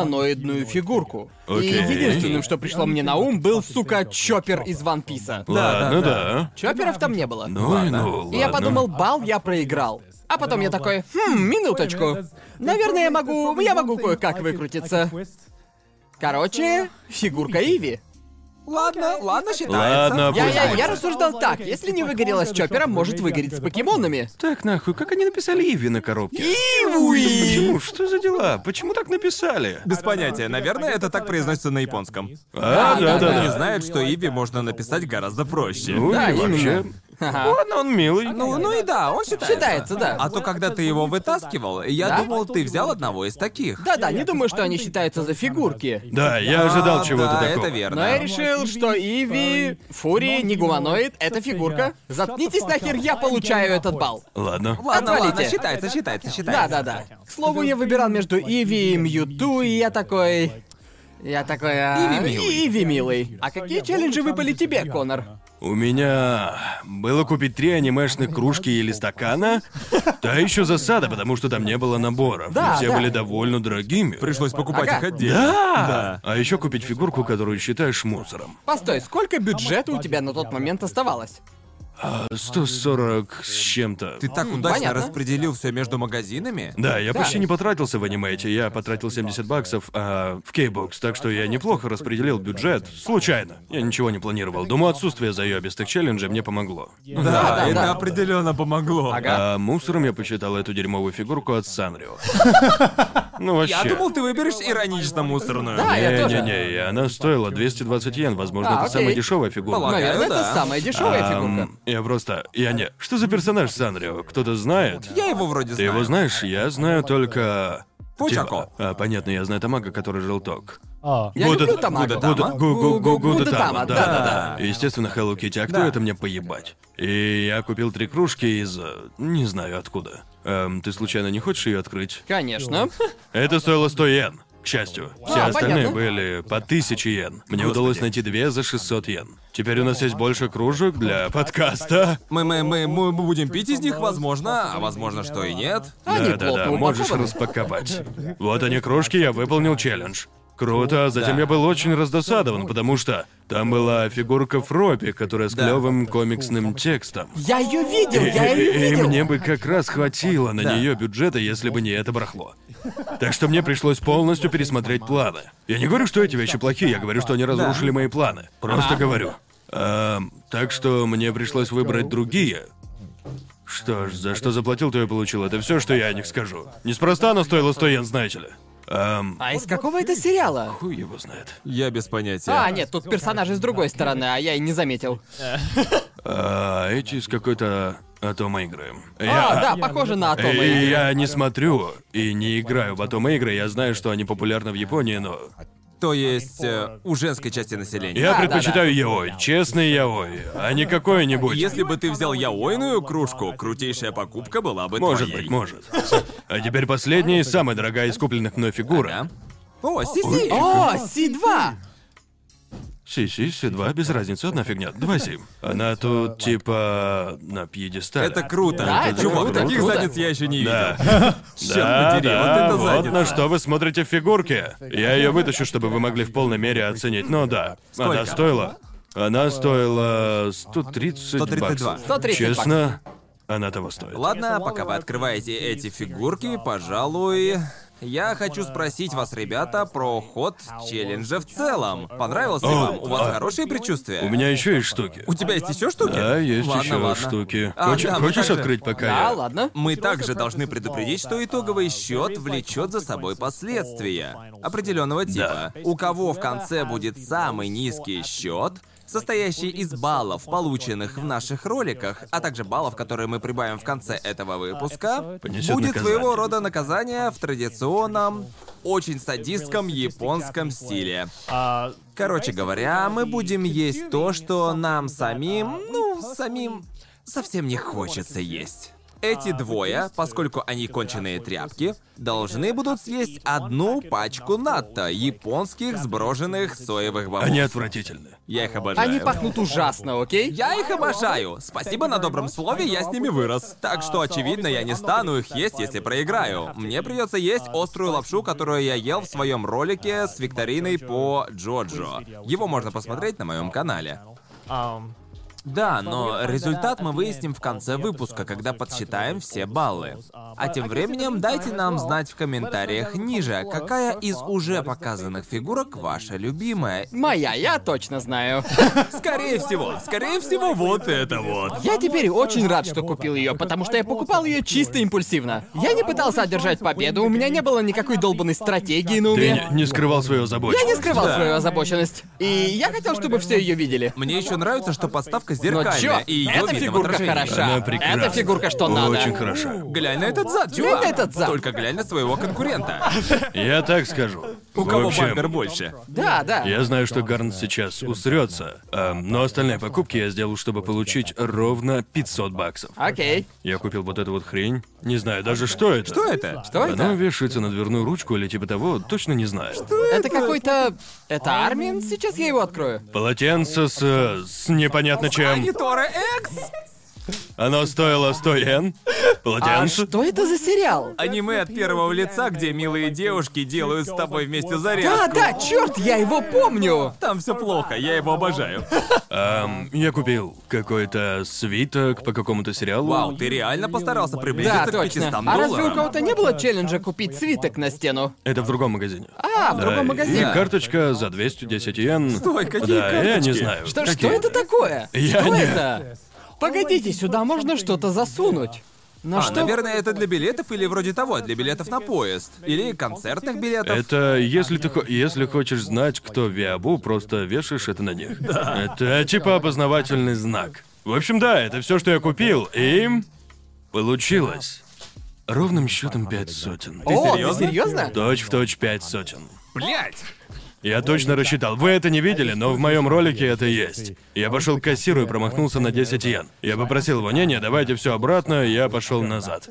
негуманоидную фигурку. И
Окей.
единственным, что пришло мне на ум, был, сука, Чоппер из Ван Писа.
Ладно, ну да.
Чопперов там не было.
Ну и ну,
И я
ладно.
подумал, бал я проиграл. А потом я такой, хм, минуточку. Наверное, я могу, я могу кое-как выкрутиться. Короче, фигурка Иви.
Ладно, ладно, считается.
Ладно,
Я,
пусть
я, я
будет.
рассуждал так, если не выгорело с Чоппером, может выгореть с покемонами.
Так нахуй, как они написали Иви на коробке?
Иви!
Почему? Что за дела? Почему так написали?
Без понятия, наверное, это так произносится на японском.
А, да, да,
да.
Не
да.
знает, что Иви можно написать гораздо проще.
Ну,
Да,
и вообще.
именно. Ага.
Ладно, он милый.
Ну, ну и да, он считается.
Считается, да.
А то, когда ты его вытаскивал, я
Да?
думал, ты взял одного из таких.
Да-да, не думаю, что они считаются за фигурки.
Да, я ожидал
А,
чего-то
да, это
такого.
верно.
Но я решил, что Иви, Фури, не гуманоид, это фигурка. Заткнитесь нахер, я получаю этот балл.
Ладно.
Ладно, ладно,
Отвалите.
считается, считается, считается.
Да-да-да. К слову, я выбирал между Иви и Мьюту, и я такой... Я такой... а,
Иви милый.
Иви милый. А какие челленджи выпали тебе, Конор?
У меня было купить три анимешных кружки или стакана. Та еще засада, потому что там не было наборов.
Да,
и все
да.
были довольно дорогими.
Пришлось покупать
Ага.
их отдельно.
Да! А еще купить фигурку, которую считаешь мусором.
Постой, сколько бюджета у тебя на тот момент оставалось?
А, 140 с чем-то.
Ты так удачно
понятно.
распределил все между магазинами.
Да, я почти не потратился в анимейте, я потратил 70 баксов а, в кейбокс, так что я неплохо распределил бюджет. Случайно. Я ничего не планировал. Думаю, отсутствие заебистых челленджей мне помогло.
Да,
да,
это
да.
определенно помогло.
А мусором я посчитал эту дерьмовую фигурку от Санрио. Ну вообще.
Я думал, ты выберешь иронично мусорную.
Да, я тоже.
Не-не-не, и она стоила 220 йен, возможно,
А,
это
окей.
самая дешевая фигурка.
Полагаю.
Наверное, это
да.
самая дешевая
Ам,
фигурка.
я просто... Я не... Что за персонаж Санрио? Кто-то знает?
Я его вроде
Ты
знаю.
его знаешь? Я знаю только...
Почако.
Типа, а, понятно, я знаю Тамага, который желток.
Я
Гуда-
люблю Тамаго.
Гуда- Гуда-
Гу- гу- гу- гу-
Гуда
Гудетама,
Тама, да-да-да.
да-да-да. Естественно, Hello Kitty, а кто
Да.
это мне поебать? И я купил три кружки из... э, не знаю откуда. Эм, ты случайно не хочешь ее открыть?
Конечно.
Это стоило 100 йен, к счастью. Все
А,
остальные
понятно.
были по 1000 йен. Мне удалось найти две за 600 йен. Теперь у нас есть больше кружек для подкаста.
Мы, мы, мы, мы будем пить из них, возможно, а возможно, что и нет.
Они плотно
Да-да-да, можешь
упакованы.
распаковать. Вот они, кружки, я выполнил челлендж. Круто, а затем я был очень раздосадован, потому что там была фигурка Фропи, которая с клевым комиксным текстом.
Я ее видел,
И,
я ее
и- и
видел.
мне бы как раз хватило на
Да.
нее бюджета, если бы не это барахло. Так что мне пришлось полностью пересмотреть планы. Я не говорю, что эти вещи плохие, я говорю, что они разрушили мои планы. Просто говорю. Эм, так что мне пришлось выбрать другие. Что ж, за что заплатил, то и получил. Это все, что я о них скажу. Неспроста она стоила 100 йен, знаете ли. Эм,
А из какого это сериала?
хуй его знает.
Я без понятия.
А, нет, тут персонажи с другой стороны, а я и не заметил.
А, эти из какой-то Атома игры.
А, да, похоже на Атома.
И я не смотрю и не играю в атом игры. Я знаю, что они популярны в Японии, но
То есть э, у женской части населения.
я
Да,
предпочитаю яой, честный яой, а не какой-нибудь.
Если бы ты взял яойную кружку, крутейшая покупка была бы
Может
твоей.
быть, может. А теперь последняя и самая дорогая из купленных мной фигура.
Да? О, си-си!
Э, О, Си-2!
Си-си, Си-2, без разницы, одна фигня. Два Си. Она тут типа на пьедестале.
Это круто.
Да, это
Чувак,
круто,
таких
круто.
задниц я еще не видел.
Да.
Черт
Да,
подери,
да,
вот это
вот
задница.
на что вы смотрите в фигурке. Я ее вытащу, чтобы вы могли в полной мере оценить. Ну да.
Сколько?
Она стоила? Она стоила 130
132.
баксов.
130
Честно, она того стоит.
Ладно, пока вы открываете эти фигурки, пожалуй... Я хочу спросить вас, ребята, про ход челленджа в целом. Понравился
О,
вам? У вас
а.
хорошие предчувствия?
У меня еще есть штуки.
У тебя есть еще штуки?
Да, есть
Ладно,
еще
ладно.
штуки.
А,
хочешь
да, мы
хочешь
также-
открыть, пока
Да,
я?
ладно.
Мы также должны предупредить, что итоговый счет влечет за собой последствия определенного типа. У кого в конце будет самый низкий счет, состоящий из баллов, полученных в наших роликах, а также баллов, которые мы прибавим в конце этого выпуска,
Понесет
будет
наказание.
своего рода наказание в традиционном, очень садистском японском стиле. Короче говоря, А, мы будем есть то, что нам самим, ну, самим совсем не хочется есть. Эти двое, поскольку они конченые тряпки, должны будут съесть одну пачку натто японских сброженных соевых бобов.
Они отвратительны.
Я их обожаю.
Они пахнут ужасно, окей?
Я их обожаю. Спасибо на добром слове, я с ними вырос. Так что, очевидно, я не стану их есть, если проиграю. Мне придется есть острую лапшу, которую я ел в своем ролике с викториной по Джоджо. Его можно посмотреть на моем канале. Да, но результат мы выясним в конце выпуска, когда подсчитаем все баллы. А тем временем дайте нам знать в комментариях ниже, какая из уже показанных фигурок ваша любимая.
Моя, я точно знаю.
Скорее всего, скорее всего, вот это вот.
Я теперь очень рад, что купил ее, потому что я покупал ее чисто импульсивно. Я не пытался одержать победу, у меня не было никакой долбанной стратегии на
Ты
уме.
не, не скрывал свою
Я не
озабоченность.
скрывал
Да.
свою озабоченность. И я хотел, чтобы все ее видели.
Мне еще нравится, что подставка
Но
зеркальная,
чё,
и ее
эта фигурка хороша.
Она прекрасна.
Эта фигурка что надо.
Очень хороша.
Глянь на этот зад,
Глянь на
чувак.
этот зад.
Только глянь на своего конкурента.
Я так скажу.
У кого
В общем,
бампер больше?
Да, да.
Я знаю, что Гарн сейчас усрется, эм, но остальные покупки я сделал, чтобы получить ровно 500 баксов.
Окей.
Я купил вот эту вот хрень. Не знаю даже, что это.
Что это?
Что
Она
это?
вешается на дверную ручку или типа того, точно не знаю.
Это какой-то... Это Армин? Сейчас я его открою.
Полотенце с... э, с непонятно чем.
Монитора X?
Оно стоило 100 йен.
А
Полотенце.
что это за сериал?
Аниме от первого лица, где милые девушки делают с тобой вместе
Да,
зарядку.
да, черт, я его помню!
Там все плохо, я его обожаю.
Эм, я купил какой-то свиток по какому-то сериалу.
Вау, ты реально постарался
Да,
приблизиться к 500
точно. А разве у
долларам.
кого-то не было челленджа купить свиток на стену?
Это в другом магазине.
А, в другом
Да, И
магазине.
карточка за 210 йен.
Стой, какие
да, я не
карточки?
знаю.
Что, что
Какие?
это такое?
Я
что
не-
это? Погодите, сюда можно что-то засунуть. Но
А,
что?
наверное, это для билетов или вроде того, для билетов на поезд. Или концертных билетов.
Это если ты хо- если хочешь знать, кто Виабу, просто вешаешь это на них. Это типа опознавательный знак. В общем, да, это все, что я купил, и получилось. Ровным счетом пять сотен.
О,
серьёзно?
ты серьезно?
Точь в точь пять сотен.
Блять!
Я точно рассчитал. Вы это не видели, но в моем ролике это есть. Я пошел к кассиру и промахнулся на 10 йен. Я попросил его, не-не, давайте все обратно, я пошел назад.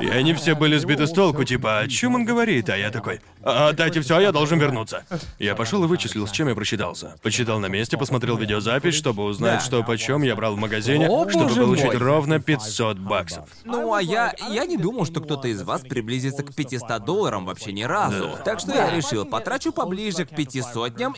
И они все были сбиты с толку, типа, о чем он говорит? А я такой, «А, дайте все, я должен вернуться. Я пошел и вычислил, с чем я просчитался. Посчитал на месте, посмотрел видеозапись, чтобы узнать,
Да.
что почем я брал в магазине,
О,
чтобы
боже
получить
мой.
ровно 500 баксов.
Ну, а я... Я не думал, что кто-то из вас приблизится к 500 долларам вообще ни разу. Так что я решил, потрачу поближе к 500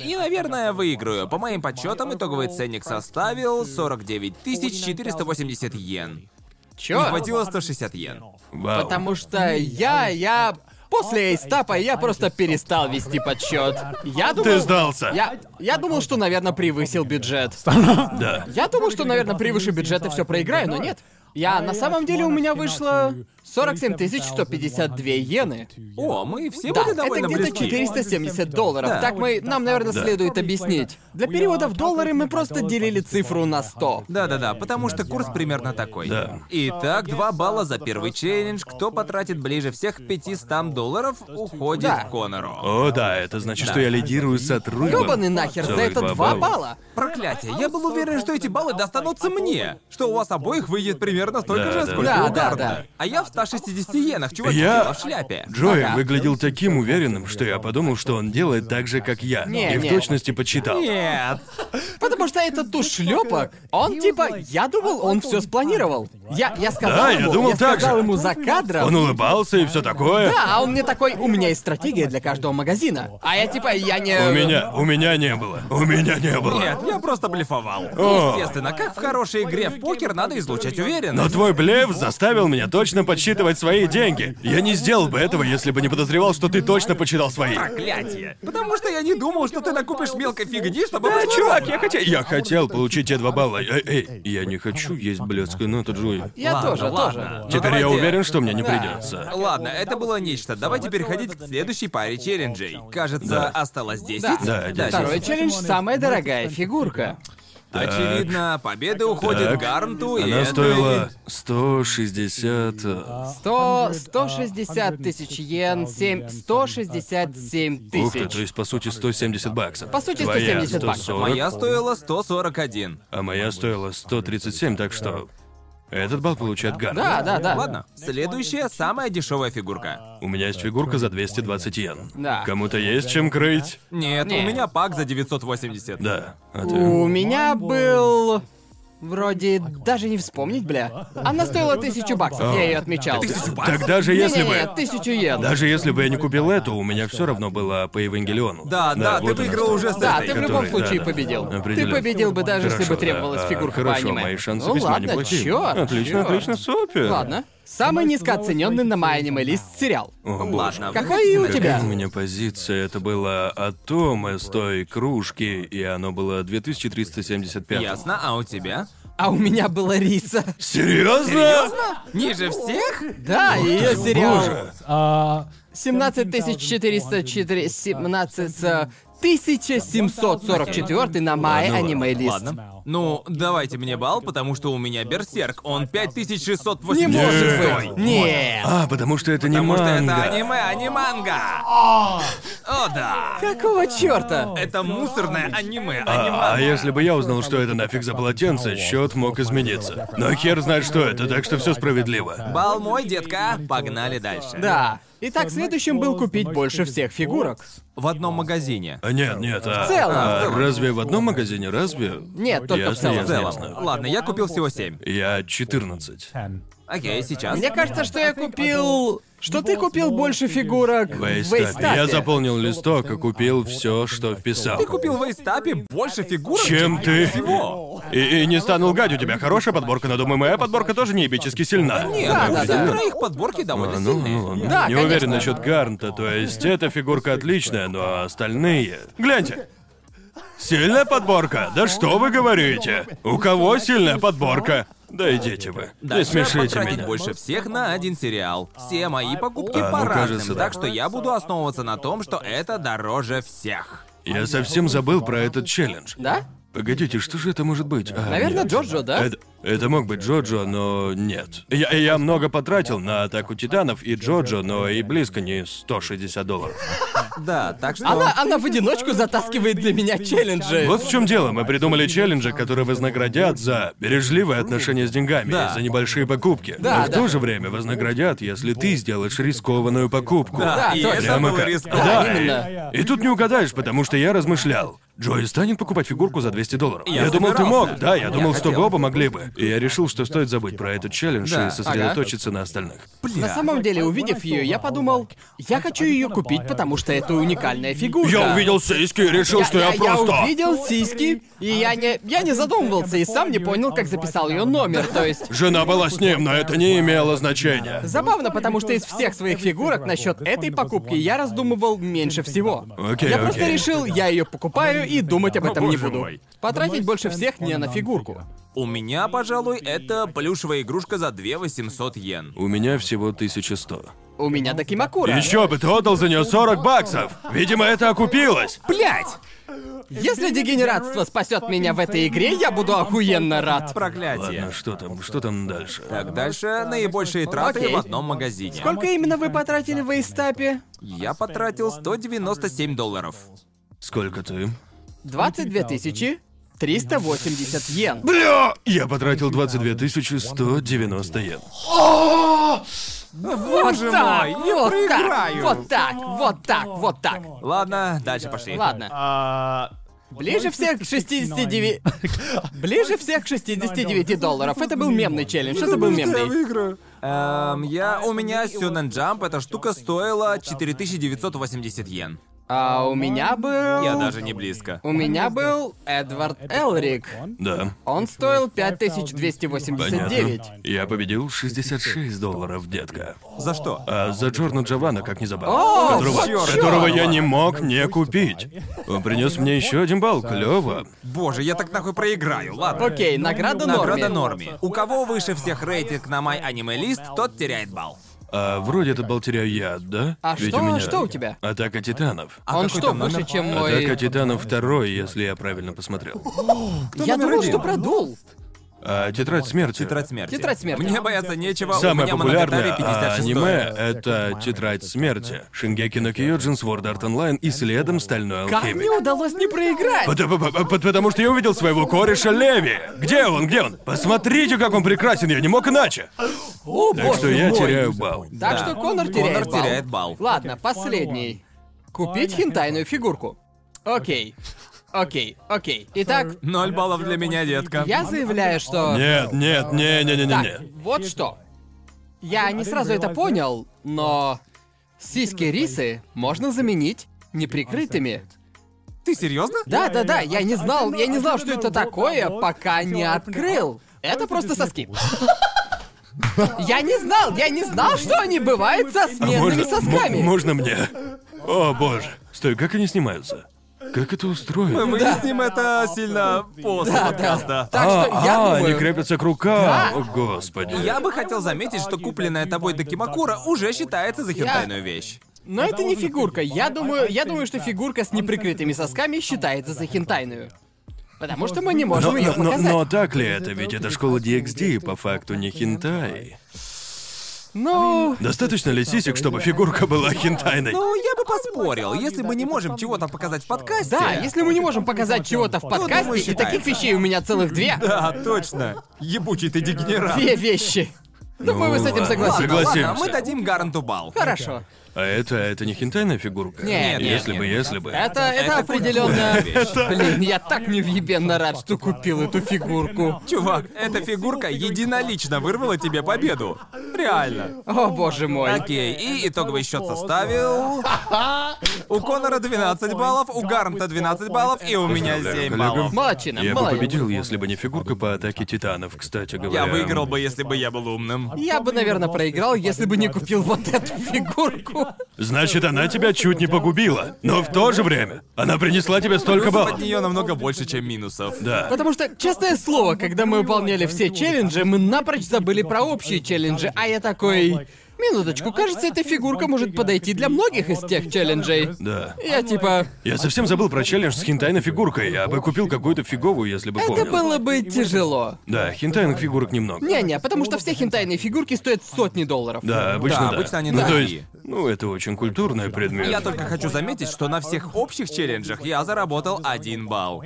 и, наверное, выиграю. По моим подсчетам, итоговый ценник составил 49 480 йен. Не
Чё?
хватило 160 йен.
Вау.
Потому что я, я... После эйстапа я просто перестал вести подсчет. Я думал...
Ты сдался.
Я, я думал, что, наверное, превысил бюджет.
Да.
Я думал, что, наверное, превыше бюджета все проиграю, но нет. Я на самом деле у меня вышло 47 152 йены.
О, мы все
Да,
были
это
довольно
где-то
близки.
470 долларов.
Да.
Так мы, нам, наверное,
Да.
следует объяснить. Для перевода в доллары мы просто делили цифру на 100.
Да-да-да, потому что курс примерно такой.
Да.
Итак, два балла за первый челлендж. Кто потратит ближе всех к 500 долларов, уходит
Да.
к Конору.
О, да, это значит, что я лидирую с отрывом.
Ёбаный нахер, за
Целых
это
два
2
балла.
балла.
Проклятие, я был уверен, что эти баллы достанутся мне. Что у вас обоих выйдет примерно столько
Да,
же,
да.
сколько
Да,
у
да,
Гарна.
да.
А я в 160 иенах, чувак,
Я-
в шляпе.
Джоэл
Ага.
выглядел таким уверенным, что я подумал, что он делает так же, как я.
Не,
и в
не.
точности подсчитал.
Нет.
Потому что этот ту шлепок, он типа, я думал, он все спланировал. Я, я сказал
Да, я
ему,
думал так
сказал
же.
ему за кадром.
Он улыбался и все такое.
Да, а он мне такой, у меня есть стратегия для каждого магазина. А я типа, я не...
У меня, у меня не было. У меня не было.
Нет, я просто блефовал.
О.
Естественно, как в хорошей игре в покер надо излучать уверенность.
Но твой блеф заставил меня точно подсчитывать свои деньги. Я не сделал бы этого, если бы не подозревал, что ты точно подсчитал свои.
Проклятие. Потому что я не думал, что ты накупишь мелкой фигни, чтобы...
Да,
вышло
чувак,
ровно.
я хотел... Я хотел получить те два балла. Эй, эй, я не хочу есть блядскую ноту, Джоэл.
Я
Ладно,
тоже,
ладно.
тоже.
Ну,
Теперь я
давайте-
уверен, что мне не придется.
Ладно, это было нечто. Давайте переходить к следующей паре челленджей. Кажется,
Да.
осталось 10.
Да.
Да, 10.
Второй челлендж — самая дорогая фигурка.
Очевидно, победа уходит
Так.
Гарнту и
Она
Эндрю.
стоила 160... э,
100, 160 тысяч йен, 7, 167
Ух ты, то
тысяч.
есть, по сути, 170 баксов.
По сути,
Твоя
170 баксов.
140,
Моя стоила 141.
А моя стоила 137, так что... Этот балл получает Гарн.
Да, да, да.
Ладно, следующая самая дешевая фигурка.
У меня есть фигурка за 220 йен.
Да.
Кому-то есть чем крыть?
Нет,
Не.
у меня пак за 980.
Да. А ты?
У меня был... Вроде даже не вспомнить, бля. Она стоила тысячу баксов, я ее отмечал.
Так даже если бы...
Не-не-не, тысячу йен.
Даже если бы я не купил эту, у меня все равно было по Евангелиону.
Да, да, ты
вот она
выиграл
что.
уже с
Да,
этой,
ты в любом
который-
случае
да, да.
победил. Ты
Определенно.
победил бы даже, если бы
Хорошо,
требовалась
а,
фигурка по
Хорошо,
аниме.
мои шансы
ну
весьма
ладно,
неплохие.
чёрт,
отлично,
чёрт.
отлично, супер.
Ладно. Самый низкооцененный на аниме лист сериал.
О, боже.
Ладно,
Какая у тебя?
Какая у меня позиция? Это было от Тома с той кружки, и оно было 2375.
ясно, а у тебя?
А у меня была риса.
Серьезно?
Ниже всех?
Да, ее сериал.
Боже.
17404... 17... э, 1744 на мае
Ладно,
аниме ну лист.
Ну Ладно. Ну, давайте мне балл, потому что у меня Берсерк. Он 5680.
Не может
Стой.
быть. Нет.
А, потому что это не
Потому что
манга.
это аниме, а не манга. О, да.
Какого черта?
Это мусорное аниме, а не
А, а
манга.
если бы я узнал, что это нафиг за полотенце, счет мог измениться. Но хер знает, что это, так что все справедливо.
Бал мой, детка. Погнали дальше.
Да. Итак, следующим был купить больше всех фигурок.
В одном магазине.
А, Нет, нет, а,
В целом,
а
в целом.
разве в одном магазине, разве?
Нет, только
Ясно,
в целом.
В
ясно,
целом.
ясно.
Ладно, я купил всего 7.
Я 14.
Окей, сейчас.
Мне кажется, что я купил... Что ты купил больше фигурок в
Вейстапе. Я заполнил листок и купил все, что вписал.
Ты купил в Эйстапе больше фигурок,
Чем ты?
всего.
И, и не стану лгать, у тебя хорошая подборка, но думаю, моя подборка тоже неебически сильна.
Нет,
Да,
у
да,
всех
да.
троих подборки довольно
А, ну,
сильные.
ну ладно.
Да,
не
конечно.
уверен насчет Гарнта, то есть эта фигурка отличная, но остальные. Гляньте. Сильная подборка? Да что вы говорите? У кого сильная подборка? Да идите вы. не
Дальше
смешите
потратить
меня.
больше всех на один сериал. Все мои покупки
А, ну,
по разным,
кажется, да.
так что я буду основываться на том, что это дороже всех.
Я совсем забыл про этот челлендж.
Да?
Погодите, что же это может быть? А,
Наверное,
нет.
Джорджо, да?
Это, это мог быть Джоджо, но нет. Я, я много потратил на атаку титанов и Джоджо, но и близко не 160 долларов.
Да, так что...
Она, она в одиночку затаскивает для меня челленджи.
Вот в чем дело, мы придумали челленджи, которые вознаградят за бережливое отношение с деньгами,
Да.
за небольшие покупки.
Да,
но в
да.
то же время вознаградят, если ты сделаешь рискованную покупку.
Да, и
точно.
это
Прямо
было
как-
рискованно.
Да,
Да,
и-
именно.
И тут не угадаешь, потому что я размышлял. Джои станет покупать фигурку за 200 долларов.
Я
Я, думал, ты
собирался.
мог. Да, я, думал, что
хотел.
вы оба могли бы. И я решил, что стоит забыть про этот челлендж
Да,
и сосредоточиться на остальных.
На самом деле, увидев ее, я подумал, я хочу ее купить, потому что это уникальная фигурка.
Я увидел сиськи и решил,
Я-
что я,
я-
просто...
Я увидел сиськи, и я не, я не задумывался и сам не понял, как записал ее номер. То есть
Жена была с ним, но это не имело значения.
забавно, потому что из всех своих фигурок насчет этой покупки я раздумывал меньше всего.
Окей, окей.
я просто решил, я ее покупаю и думать об этом не
боже
буду.
мой.
Потратить больше всех не на фигурку.
У меня, пожалуй, это плюшевая игрушка за 2800 йен.
У меня всего 1100.
У меня Дакимакура.
Еще бы, ты отдал за нее 40 баксов. Видимо, это окупилось.
Блять! Если дегенератство спасет меня в этой игре, я буду охуенно рад.
Проклятие.
Ладно, что там, что там дальше?
Так, дальше наибольшие траты
Окей.
в одном магазине.
Сколько именно вы потратили в Эйстапе?
Я потратил 197 долларов.
Сколько ты?
22 тысячи 380 йен.
Бля! Я потратил 22 190 йен.
Ну, Боже мой, я
вот так,
проиграю.
вот так, вот так, вот так.
Ладно, дальше пошли.
Ладно.
А,
Ближе всех к 69... Ближе всех к 69 долларов. Это был мемный челлендж, это был мемный.
Эм, я, у меня Сюнен Джамп, эта штука стоила 4980 йен.
А у меня был...
Я даже не близко.
У меня был Эдвард Элрик.
Да.
Он стоил 5289.
Понятно. Я победил 66 долларов, детка.
За что?
А за Джорна Джованна, как не
О,
забавно, которого,
вот чёрт!
которого я не мог не купить. Он принес мне еще один балл, клево.
Боже, я так нахуй проиграю, ладно.
Окей, награда
Награда
норме.
норме. У кого выше всех рейтинг на мой аниме лист, тот теряет балл.
А вроде этот балл теряю я, да?
А
Ведь
что-
у меня
что у тебя?
Атака титанов.
А
Он
какой
что,
там номер? А,
выше, чем
Атака
мой...
титанов второй, если я правильно посмотрел.
Я
номер
думал,
один?
что продул.
А, тетрадь смерти.
Тетрадь смерти.
Тетрадь смерти.
Мне бояться
А,
нечего, у
Самое
меня
популярное а,
Моногатари 56
аниме — это «Тетрадь смерти», «Шингеки на Киоджин», «Сворд Арт Онлайн» и следом «Стальной
Как мне
алхимик».
удалось не проиграть?
Пот- пот- пот- пот- Потому что я увидел своего кореша Леви. Где он? Где он? Посмотрите, как он прекрасен, я не мог иначе.
О,
Так что я
мой.
теряю балл.
Так
Да.
что Конор теряет
Конор
балл.
теряет балл.
Ладно, последний. Купить хентайную фигурку. Окей. Окей, окей. Итак,
Ноль баллов для меня, детка.
я заявляю, что...
Нет, нет, не, не, не, не,
Так,
не.
вот что. Я не сразу это понял, но сиськи рисы можно заменить неприкрытыми.
Ты серьезно?
Да, да, да, я не знал, я не знал, что это такое, пока не открыл. Это просто соски. Я не знал, я не знал, что они бывают ну со
А
сменными
м-
сосками.
можно мне? О боже. Стой, как они снимаются? Как это
Мы
устроено?
выясним это сильно после
Да, да.
подкаста.
Так
а,
что я
а,
думаю-
они крепятся к рукам. О, господи.
Я бы хотел заметить, что купленная тобой Докимакура уже считается за хентайную вещь.
Но это не фигурка. Я думаю, я думаю, что фигурка с неприкрытыми сосками считается за хентайную. Потому что мы не
Но,
можем ее
но- но-
показать.
но так ли это? Ведь это школа DXD, по факту не хентай.
Ну,
Достаточно ли сисек, чтобы фигурка была хентайной?
Ну, я бы поспорил, если мы не можем чего-то показать в подкасте.
да, если мы не можем показать чего-то в
думаю,
подкасте, и
считается.
таких вещей у меня целых две.
Да, точно. Ебучий ты дегенерат.
Две вещи. Думаю, вы с этим
Ну, ладно.
согласны. а
Ладно, ладно,
Согласимся.
мы дадим Гаранту балл.
Хорошо.
А это, это не хентайная фигурка?
Нет, нет,
Если бы, если бы.
Это, это
Это
определенно. Блин, я так невъебенно рад, что купил эту фигурку.
Чувак, эта фигурка единолично вырвала тебе победу. Реально.
О боже мой.
Окей, и итоговый счет составил... У Конора 12 баллов, у Гарнта 12 баллов и у меня
Поздравляю,
7
коллега.
баллов.
Молодчина,
Я бы
молодец.
победил, если бы не фигурка по атаке титанов, кстати говоря.
Я выиграл бы, если бы я был умным.
Я бы, наверное, проиграл, если бы не купил вот эту фигурку.
Значит, она тебя чуть не погубила. Но в то же время она принесла тебе столько
Плюсов от
баллов.
нее намного больше, чем минусов.
Да.
Потому что, честное слово, когда мы выполняли все челленджи, мы напрочь забыли про общие челленджи, а я такой... Минуточку, кажется, эта фигурка может подойти для многих из тех челленджей.
Да.
Я типа...
Я совсем забыл про челлендж с хентайной фигуркой. Я бы купил какую-то фиговую, если бы
Это
помнил.
было бы тяжело.
Да, хентайных фигурок немного.
Не-не, потому что все хентайные фигурки стоят сотни долларов.
Да, обычно
Да,
да.
обычно они
ну, то
дорогие.
есть, ну, это очень культурный предмет.
Я только хочу заметить, что на всех общих челленджах я заработал один балл.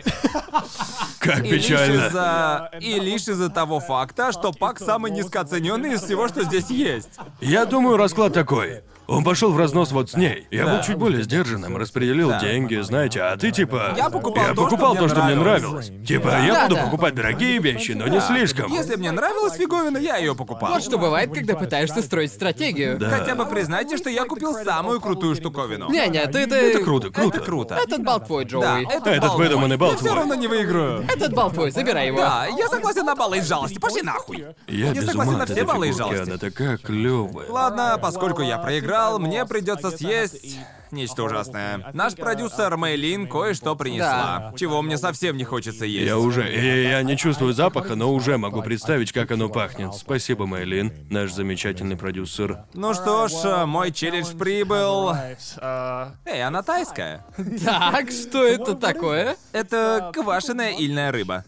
Как
И лишь
печально.
из-за... И лишь из-за того факта, что пак самый низкооцененный из всего, что здесь есть.
Я думаю, расклад такой. Он пошел в разнос вот с ней. Я был чуть более сдержанным, распределил деньги, знаете, а ты типа.
Я покупал то, что
покупал
мне
то, что мне
нравилось.
нравилось. Типа, я
Да,
буду
да.
покупать дорогие вещи, но не слишком.
Если мне нравилась фиговина, я ее покупал.
Вот что бывает, когда пытаешься строить стратегию.
Да.
Хотя бы признайте, что я купил самую крутую штуковину.
Не-не, ты... ты...
Это круто, круто.
Это круто.
Этот бал твой,
Да,
Джоуи.
это
Этот
балл мой.
выдуманный бал
Я все
твой.
равно не выиграю.
Этот бал твой, забирай его.
Э, Да, я согласен на баллы из жалости. Пошли нахуй.
Я без
согласен
ума
на
от
все
этой
баллы и
фигурки,
жалости.
она такая клевая.
Ладно, поскольку я проиграл, мне придется съесть нечто ужасное. Наш продюсер Мэйлин кое-что принесла, чего мне совсем не хочется есть.
Я уже, я, я не чувствую запаха, но уже могу представить, как оно пахнет. Спасибо, Мэйлин, наш замечательный продюсер.
Ну что ж, мой челлендж прибыл. Эй, она тайская.
Так, что это такое?
Это квашеная ильная рыба.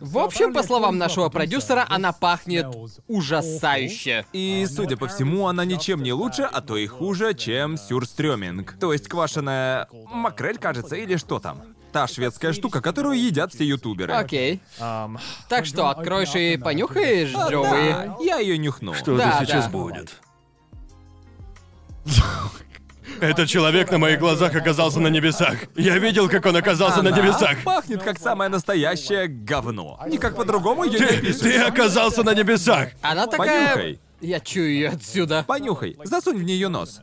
В общем, по словам нашего продюсера, она пахнет ужасающе.
И, судя по всему, она ничем не лучше, а то и хуже, чем сюрстрёминг. То есть квашеная макрель, кажется, или что там. Та шведская штука, которую едят все ютуберы.
Окей. Так что, откроешь и понюхаешь, Джоуи?
Да, я ее нюхну.
Что
Да,
это сейчас
да.
будет? Этот человек на моих глазах оказался на небесах. Я видел, как он оказался на
Она
небесах.
пахнет как самое настоящее говно. Никак по-другому ее не
Ты,
опишешь.
ты оказался на небесах.
Она такая...
Понюхай.
Я чую ее отсюда.
Понюхай, засунь в нее нос.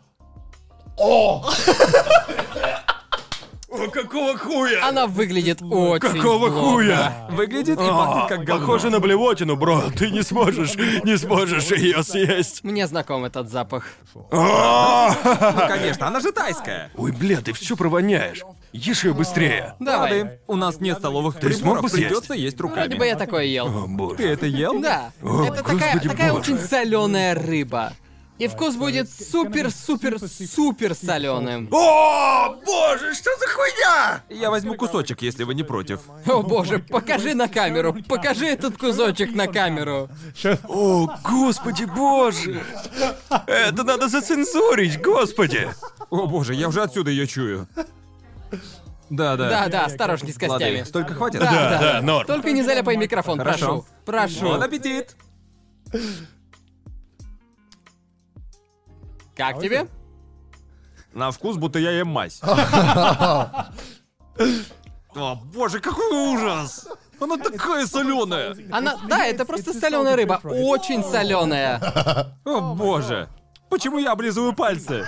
О, какого хуя?
Она выглядит очень
Какого
плохо.
хуя?
Выглядит и
О,
пахнет как говно.
похоже на блевотину, бро. Ты не сможешь, не сможешь ее съесть.
Мне знаком этот запах.
О!
Конечно, она же тайская.
Ой, бля, ты все провоняешь. Ешь ее быстрее.
Давай.
Надо им. У нас нет столовых
Ты смог
приборов,
бы съесть?
придется есть
Вроде бы
руками.
я такое ел.
О,
Ты
боже.
это ел?
Да.
О,
это такая,
господи
такая
боже.
очень соленая рыба. И вкус будет
э,
супер-супер-супер соленым.
О, боже, что за хуйня?
Я возьму кусочек, если вы не против.
э,
О боже, покажи на камеру, покажи этот кусочек
э,
на камеру.
О, господи боже! Это надо зацензурить, господи!
О боже, я уже отсюда ее чую. Да, да.
э,
Да, да, осторожней с костями.
Ладно, столько хватит.
Да,
Да, да, норм.
Только не заляпай микрофон,
Хорошо.
прошу.
Бон
Прошу.
аппетит.
Как тебе?
На вкус, будто я ем мазь. О, боже, какой ужас! Она такая соленая!
Она, да, это просто соленая рыба, очень соленая.
О, боже! Почему я облизываю пальцы?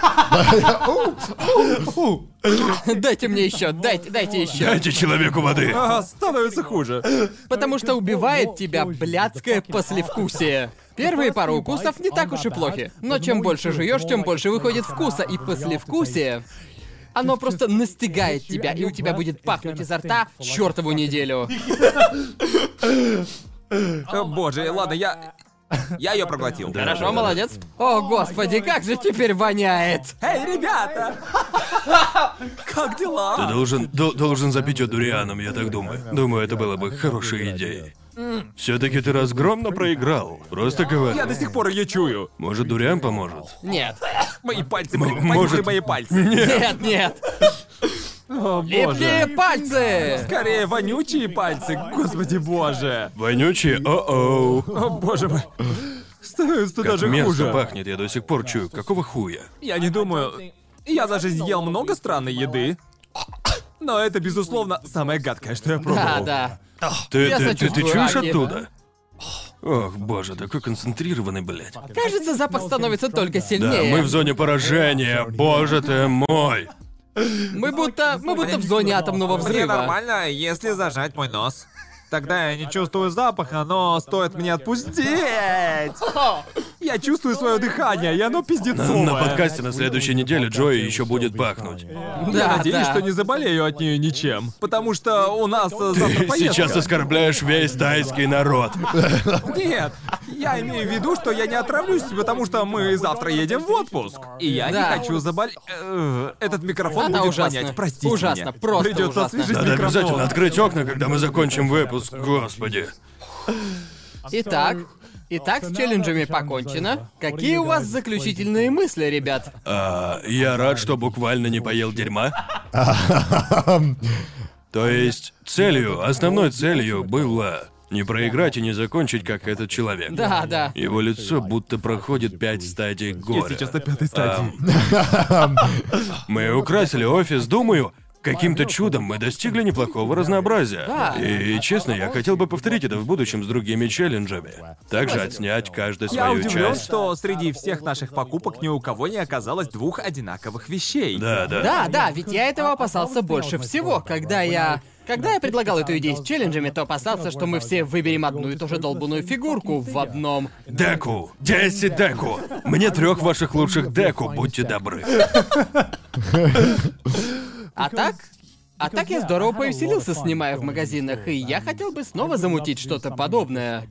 Дайте мне еще, дайте, дайте еще.
Дайте человеку воды.
Ага, становится хуже.
Потому что убивает тебя блядское послевкусие. Первые пару укусов не так уж и плохи, но чем больше жуешь, тем больше выходит вкуса, и послевкусие оно просто настигает тебя, и у тебя будет пахнуть изо рта чертову неделю.
О, боже, ладно, я... Я ее проглотил.
Хорошо, молодец. О, господи, как же теперь воняет!
Эй, ребята! Как
Ты
дела?
должен, до- должен запить ее дурианом, я так думаю. Думаю, это было бы хорошей идеей. Все-таки ты разгромно проиграл. Просто
Я до
говорю.
сих пор ее чую.
Может, дуриан поможет?
Нет,
Мои пальцы, блин,
М- может-
понюхай мои пальцы.
нет, нет.
О,
Липкие
боже.
пальцы!
Скорее, вонючие пальцы, господи боже.
Вонючий, о-оу.
О, боже мой. Становится
Как
Ну, даже
мерзко
хуже.
пахнет, я до сих пор чую. Какого хуя?
Я не думаю... Я даже съел много странной еды. Но это, безусловно, самое гадкое, что я
Да,
пробовал.
А, да.
Ты,
Я
ты, ты, ты
сочувствую,
чуешь
Аки.
оттуда? Ох, боже, такой концентрированный, блядь.
Кажется, запах становится только
Да,
сильнее.
мы в зоне поражения, боже ты мой.
Мы будто, мы будто в зоне атомного
Мне
взрыва.
нормально, если зажать мой нос. Тогда я не чувствую запаха, но стоит мне отпустить! Я чувствую свое дихание, и оно
На,
пиздецовое.
на подкасте на следующей неделе Джои еще будет пахнуть.
Я
Да,
надеюсь,
да.
что не заболею от нее ничем. Потому что у нас э, завтра
Ты
поездка.
сейчас оскорбляешь весь тайский народ.
Нет, я имею в виду, что я не отравлюсь, потому что мы завтра едем в отпуск. И я
Да.
не хочу заболеть... Э, Этот микрофон
Это
будет
ужасно.
вонять, простите
Ужасно,
меня.
просто
Придется
ужасно.
освежить
Надо
микрофон.
обязательно открыть окна, когда мы закончим выпуск, господи.
Итак, итак, с челленджами покончено. Какие у вас заключительные мысли, ребят?
А, я рад, что буквально не поел дерьма. То есть целью, основной целью было не проиграть и не закончить, как этот человек.
Да, да.
Его лицо будто проходит пять стадий горя.
Сейчас на пятой стадии.
Мы украсили офис, думаю, каким-то чудом мы достигли неплохого разнообразия.
Да.
И, честно, я хотел бы повторить это в будущем с другими челленджами. Также отснять каждый
Я
свою
удивлен,
часть.
что среди всех наших покупок ни у кого не оказалось двух одинаковых вещей.
Да, да.
Да, да, ведь я этого опасался больше всего, когда я... Когда я предлагал эту идею с челленджами, то опасался, что мы все выберем одну и ту же долбанную фигурку в одном.
Деку! 10 деку! Мне трех ваших лучших деку, будьте добры.
А так? А так я здорово повеселился, снимая в магазинах, и я хотел бы снова замутить что-то подобное.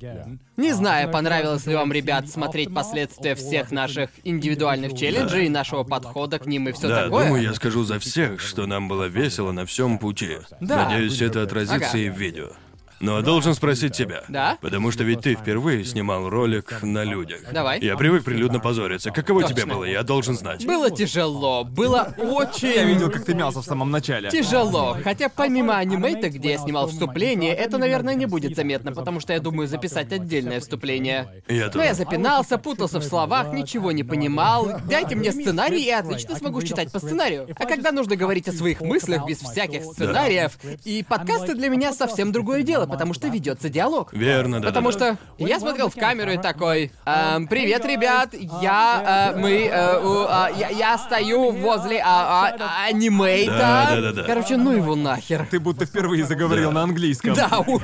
Не знаю, понравилось ли вам, ребят, смотреть последствия всех наших индивидуальных челленджей и нашего подхода к ним и все
Да,
такое.
думаю, я скажу за всех, что нам было весело на всем пути.
Да.
Надеюсь, это отразится
Ага.
и в видео. Но должен спросить тебя.
Да?
Потому что ведь ты впервые снимал ролик на людях.
Давай.
Я привык прилюдно позориться. Каково тебе
Точно.
было? Я должен знать.
Было тяжело, было очень...
Я видел, как ты мялся в самом начале.
Тяжело, хотя помимо анимейта, где я снимал вступление, это, наверное, не будет заметно, потому что я думаю записать отдельное вступление.
Я
Но я
тоже.
запинался, путался в словах, ничего не понимал. Дайте мне сценарий, и я отлично смогу читать по сценарию. А когда нужно говорить о своих мыслях без всяких сценариев, и подкасты для меня совсем другое дело, потому что ведется диалог.
Верно, да.
Потому что я смотрел в камеру и такой, «Эм, привет, ребят, я, э, мы, э, у, а, я, я стою возле а, а, анимейта».
Да, да, да, да.
Короче, ну его нахер.
Ты будто впервые заговорил на английском.
Да уж.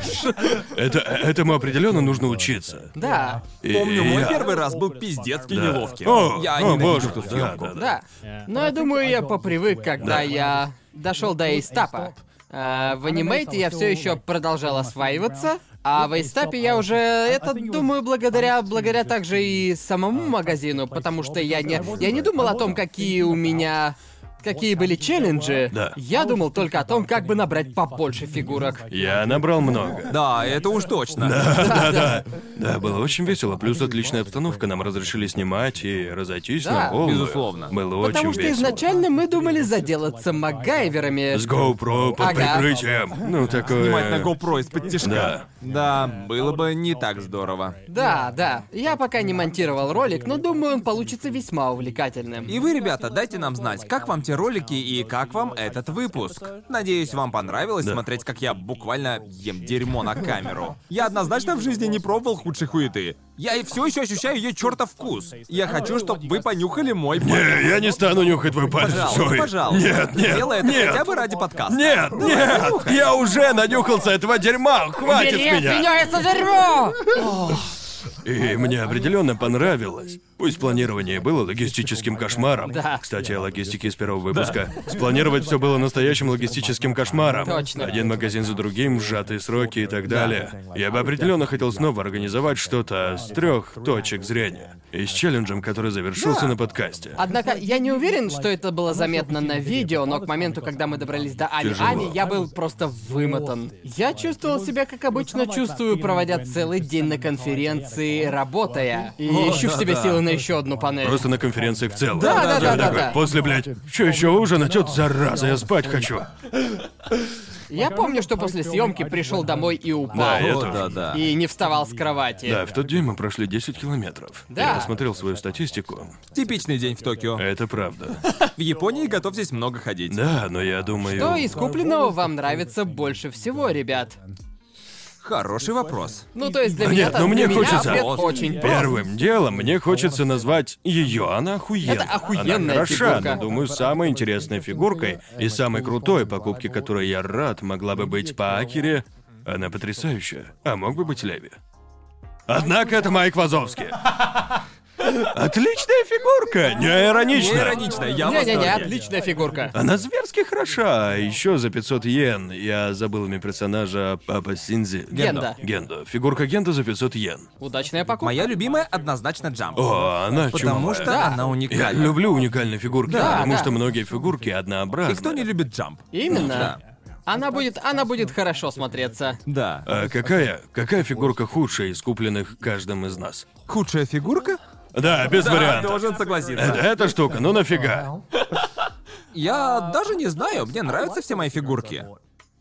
Это, э, этому определенно нужно учиться.
Да,
И-
Помню,
и
мой
я-
первый раз был пиздецки
Да.
неловким.
О,
я
о,
ненавижу
боже,
эту
да,
съемку.
да, да.
да. Но я думаю, я попривык, когда я дошел до эйстапа. А, в анимейте я все еще продолжал осваиваться, а в эйстапе я уже, это, думаю, благодаря, благодаря также и самому магазину, потому что я не, я не думал о том, какие у меня, какие были челленджи.
Да.
Я думал только о том, как бы набрать побольше фигурок.
Я набрал много.
Да, это уж точно.
Да, было очень весело. Плюс отличная обстановка. Нам разрешили снимать и разойтись
Да,
на полную.
безусловно.
Было
Потому
очень
что
весело.
изначально мы думали заделаться Макгайверами.
С GoPro под
Ага.
прикрытием. Ну, такое...
Снимать на GoPro из-под тишка.
Да.
Да, было бы не так здорово.
Да, да. Я пока не монтировал ролик, но думаю, он получится весьма увлекательным.
И вы, ребята, дайте нам знать, как вам те эти ролики и как вам этот выпуск. Надеюсь, вам понравилось
Да.
смотреть, как я буквально ем дерьмо на камеру. Я однозначно в жизни не пробовал худшей хуеты. Я и все еще ощущаю ее чертов вкус. Я хочу, чтобы вы понюхали мой палец.
Не, я не стану нюхать твой палец,
Пожалуйста,
Зои.
пожалуйста.
Нет, нет,
Сделай это
нет.
хотя бы ради подкаста.
Нет, нет, я уже нанюхался этого дерьма, хватит с
Бери от
меня.
меня это дерьмо!
И мне определенно понравилось. Пусть планирование и было логистическим кошмаром.
Да.
Кстати, о логистике из первого выпуска. Спланировать все было настоящим логистическим кошмаром.
Точно.
Один магазин за другим, сжатые сроки и так далее. Я бы определенно хотел снова организовать что-то с трех точек зрения. И с челленджем, который завершился на подкасте.
Однако я не уверен, что это было заметно на видео, но к моменту, когда мы добрались до Ани
Тяжело.
Ани, я был просто вымотан. Я чувствовал себя, как обычно чувствую, проводя целый день на конференции, работая. И ищу в себе силы на еще одну панель.
Просто на конференции в целом.
Да, да,
Я
да, да,
такой,
да.
После, блядь, что еще ужинать? Вот зараза, я спать хочу.
Я помню, что после съемки пришел домой и
Да,
упал.
я
О,
тоже.
да, да.
И не вставал с кровати.
Да, в тот день мы прошли 10 километров.
Да.
Я посмотрел свою статистику.
Типичный день в Токио.
Это правда.
В Японии готовьтесь много ходить.
Да, но я думаю...
Что из купленного вам нравится больше всего, ребят?
Хороший вопрос.
Ну, то есть для
Да
меня,
нет, ну
для
мне
меня
хочется-
ответ
Вот.
очень прост.
Первым делом мне хочется назвать ее. Она охуенная.
Это охуенная
Она хороша,
фигурка.
но, думаю, самой интересной фигуркой и самой крутой покупки, которой я рад, могла бы быть по Акере. Она потрясающая. А мог бы быть Леви. Однако это Майк Вазовский. Отличная фигурка! Не
Не
иронично.
иронично, я в
Не-не-не,
восторге.
отличная фигурка.
Она зверски хороша, а еще за 500 йен. Я забыл имя персонажа Папа Синзи.
Генда.
Генда. Фигурка Генда за 500 йен.
Удачная покупка.
Моя любимая однозначно Джамп.
О, она
Потому
чумовая.
что
Да.
она
Я
уникальна.
люблю уникальные фигурки,
Да,
потому
да.
что многие фигурки
И
однообразны.
кто не любит Джамп?
Именно.
Да.
Она будет, она будет хорошо смотреться.
Да.
А какая, какая фигурка худшая из купленных каждым из нас?
Худшая фигурка?
Да, без вариантов.
Должен согласиться.
Это эта штука, ну нафига.
Я даже не знаю, мне нравятся все мои фигурки.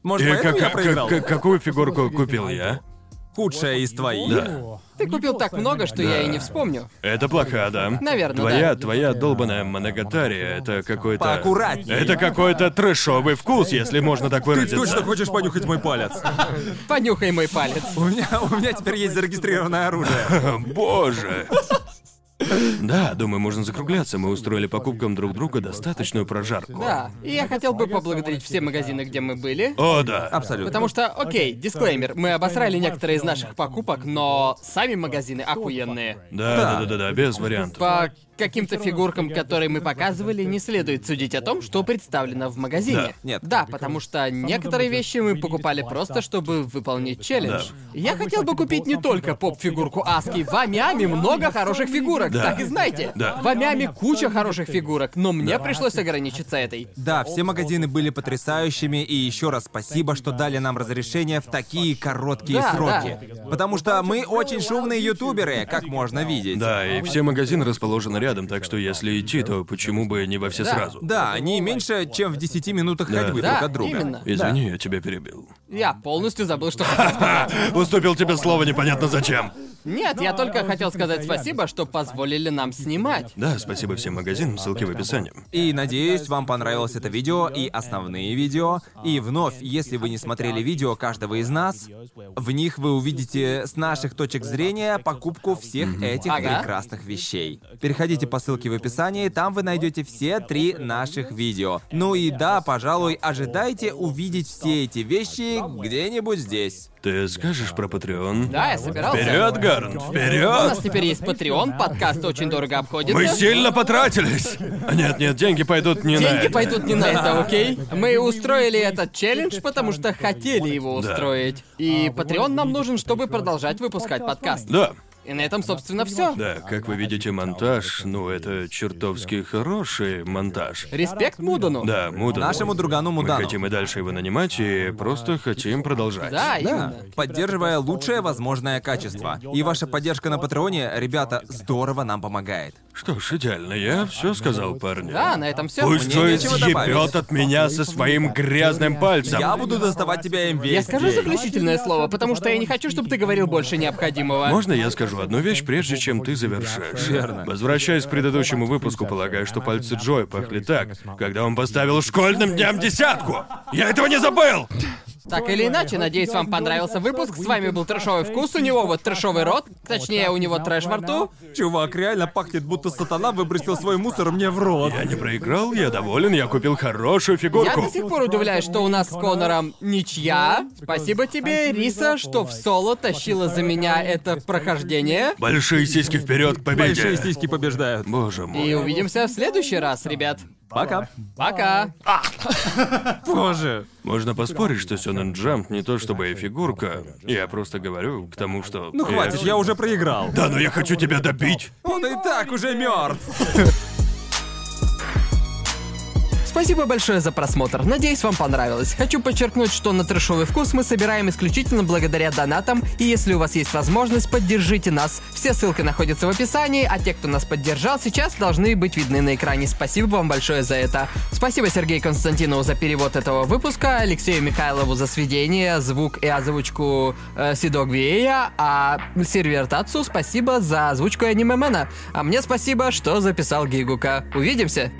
Может,
И
поэтому
как-
я
как-
проиграл?
как- какую фигурку купил я?
Худшая из твоих.
Да.
Ты купил так много, что я и не вспомню.
Это плохая, да?
Наверное,
твоя,
да.
Твоя долбаная моногатария, это какой-то...
Поаккуратнее.
Это какой-то трэшовый вкус, если можно так выразиться.
хочешь понюхать мой палец?
Понюхай мой палец.
У меня, у меня теперь есть зарегистрированное оружие.
Боже. Да, думаю, можно закругляться. Мы устроили покупкам друг друга достаточную прожарку.
Да. И я хотел бы поблагодарить все магазины, где мы были.
О, да.
Абсолютно.
Потому что, окей, дисклеймер, мы обосрали некоторые из наших покупок, но сами магазины охуенные.
Да, да, да, да, да, без вариантов.
По каким-то фигуркам, которые мы показывали, не следует судить о том, что представлено в магазине.
Да. Нет.
Да, потому что некоторые вещи мы покупали просто, чтобы выполнить челлендж. Я хотел бы купить не только поп-фигурку Аски. В Амиаме много хороших фигурок,
Да.
так и знаете.
Да.
В Амиаме куча хороших фигурок, но мне пришлось ограничиться этой.
Да, все магазины были потрясающими, и еще раз спасибо, что дали нам разрешение в такие короткие
Да,
сроки. Потому что мы очень шумные ютуберы, как можно видеть.
Да, и все магазины расположены рядом, так что если идти, то почему бы не во все сразу?
Да, они меньше, чем в 10 минутах ходьбы
Да,
друг от друга.
именно.
Извини, я тебя перебил. А,
Я полностью забыл, что хотел сказать.
Уступил тебе слово непонятно зачем.
Нет, я только хотел сказать спасибо, что позволили нам снимать.
Да, спасибо всем магазинам, ссылки в описании.
И надеюсь, вам понравилось это видео и основные видео. И вновь, если вы не смотрели видео каждого из нас, в них вы увидите с наших точек зрения покупку всех этих
Ага.
прекрасных вещей. Переходите по ссылке в описании, там вы найдете все три наших видео. Ну и да, пожалуй, ожидайте увидеть все эти вещи где-нибудь здесь.
Ты скажешь про Patreon?
Да, я собирался.
Вперед, Гарн,
У нас
вперед!
теперь есть Patreon, подкаст очень дорого обходится.
Мы сильно потратились! А Нет, нет, деньги пойдут не на
Деньги
это.
пойдут не на это, окей? Мы устроили этот челлендж, потому что хотели его
Да.
устроить. И Patreon нам нужен, чтобы продолжать выпускать подкаст.
Да,
И на этом, собственно, все.
да, как вы видите, монтаж, ну это чертовски хороший монтаж.
Респект Мудану.
Да, Мудан.
Нашему другану
Мы
Мудану.
хотим и дальше его нанимать, и просто хотим продолжать.
Да,
Да,
именно.
поддерживая лучшее возможное качество. И ваша поддержка на Патреоне, ребята, здорово нам помогает.
Что ж, идеально, я все сказал парню.
Да, на этом все.
Пусть Джой
нечего добавить.
съебет от меня со своим грязным пальцем.
Я буду доставать тебя MV.
Я скажу заключительное слово, потому что я не хочу, чтобы ты говорил больше необходимого.
Можно я скажу скажу одну вещь, прежде чем ты завершишь.
Верно.
Возвращаясь к предыдущему выпуску, полагаю, что пальцы Джоя пахли так, когда он поставил школьным дням десятку. Я этого не забыл!
Так или иначе, надеюсь, вам понравился выпуск. С вами был Трэшовый Вкус, у него вот трэшовый рот, точнее, у него трэш во рту.
Чувак, реально пахнет, будто сатана выбросил свой мусор мне в рот.
Я не проиграл, я доволен, я купил хорошую
Я
фигурку.
до сих пор удивляюсь, что у нас с Конором ничья. Спасибо тебе, Риса, что в соло тащила за меня это прохождение.
Большие сиськи вперед к
Большие
победе!
сиськи побеждают.
Боже
И
мой.
увидимся в следующий раз, ребят.
Пока.
Пока.
Боже.
Можно поспорить, что Сёнэн Джамп не то чтобы и фигурка. Я просто говорю к тому, что...
Ну хватит, я уже проиграл.
Да, но я хочу тебя добить!
Он и так уже мертв.
Спасибо большое за просмотр. Надеюсь, вам понравилось. Хочу подчеркнуть, что на трешовый вкус мы собираем исключительно благодаря донатам, и если у вас есть возможность, поддержите нас. Все ссылки находятся в описании, а те, кто нас поддержал, сейчас должны быть видны на экране. Спасибо вам большое за это. Спасибо Сергею Константинову за перевод этого выпуска, Алексею Михайлову за сведение, звук и озвучку э, Сидогвея, а сервер Тацу спасибо за озвучку анимемена. А мне спасибо, что записал Гигука. Увидимся!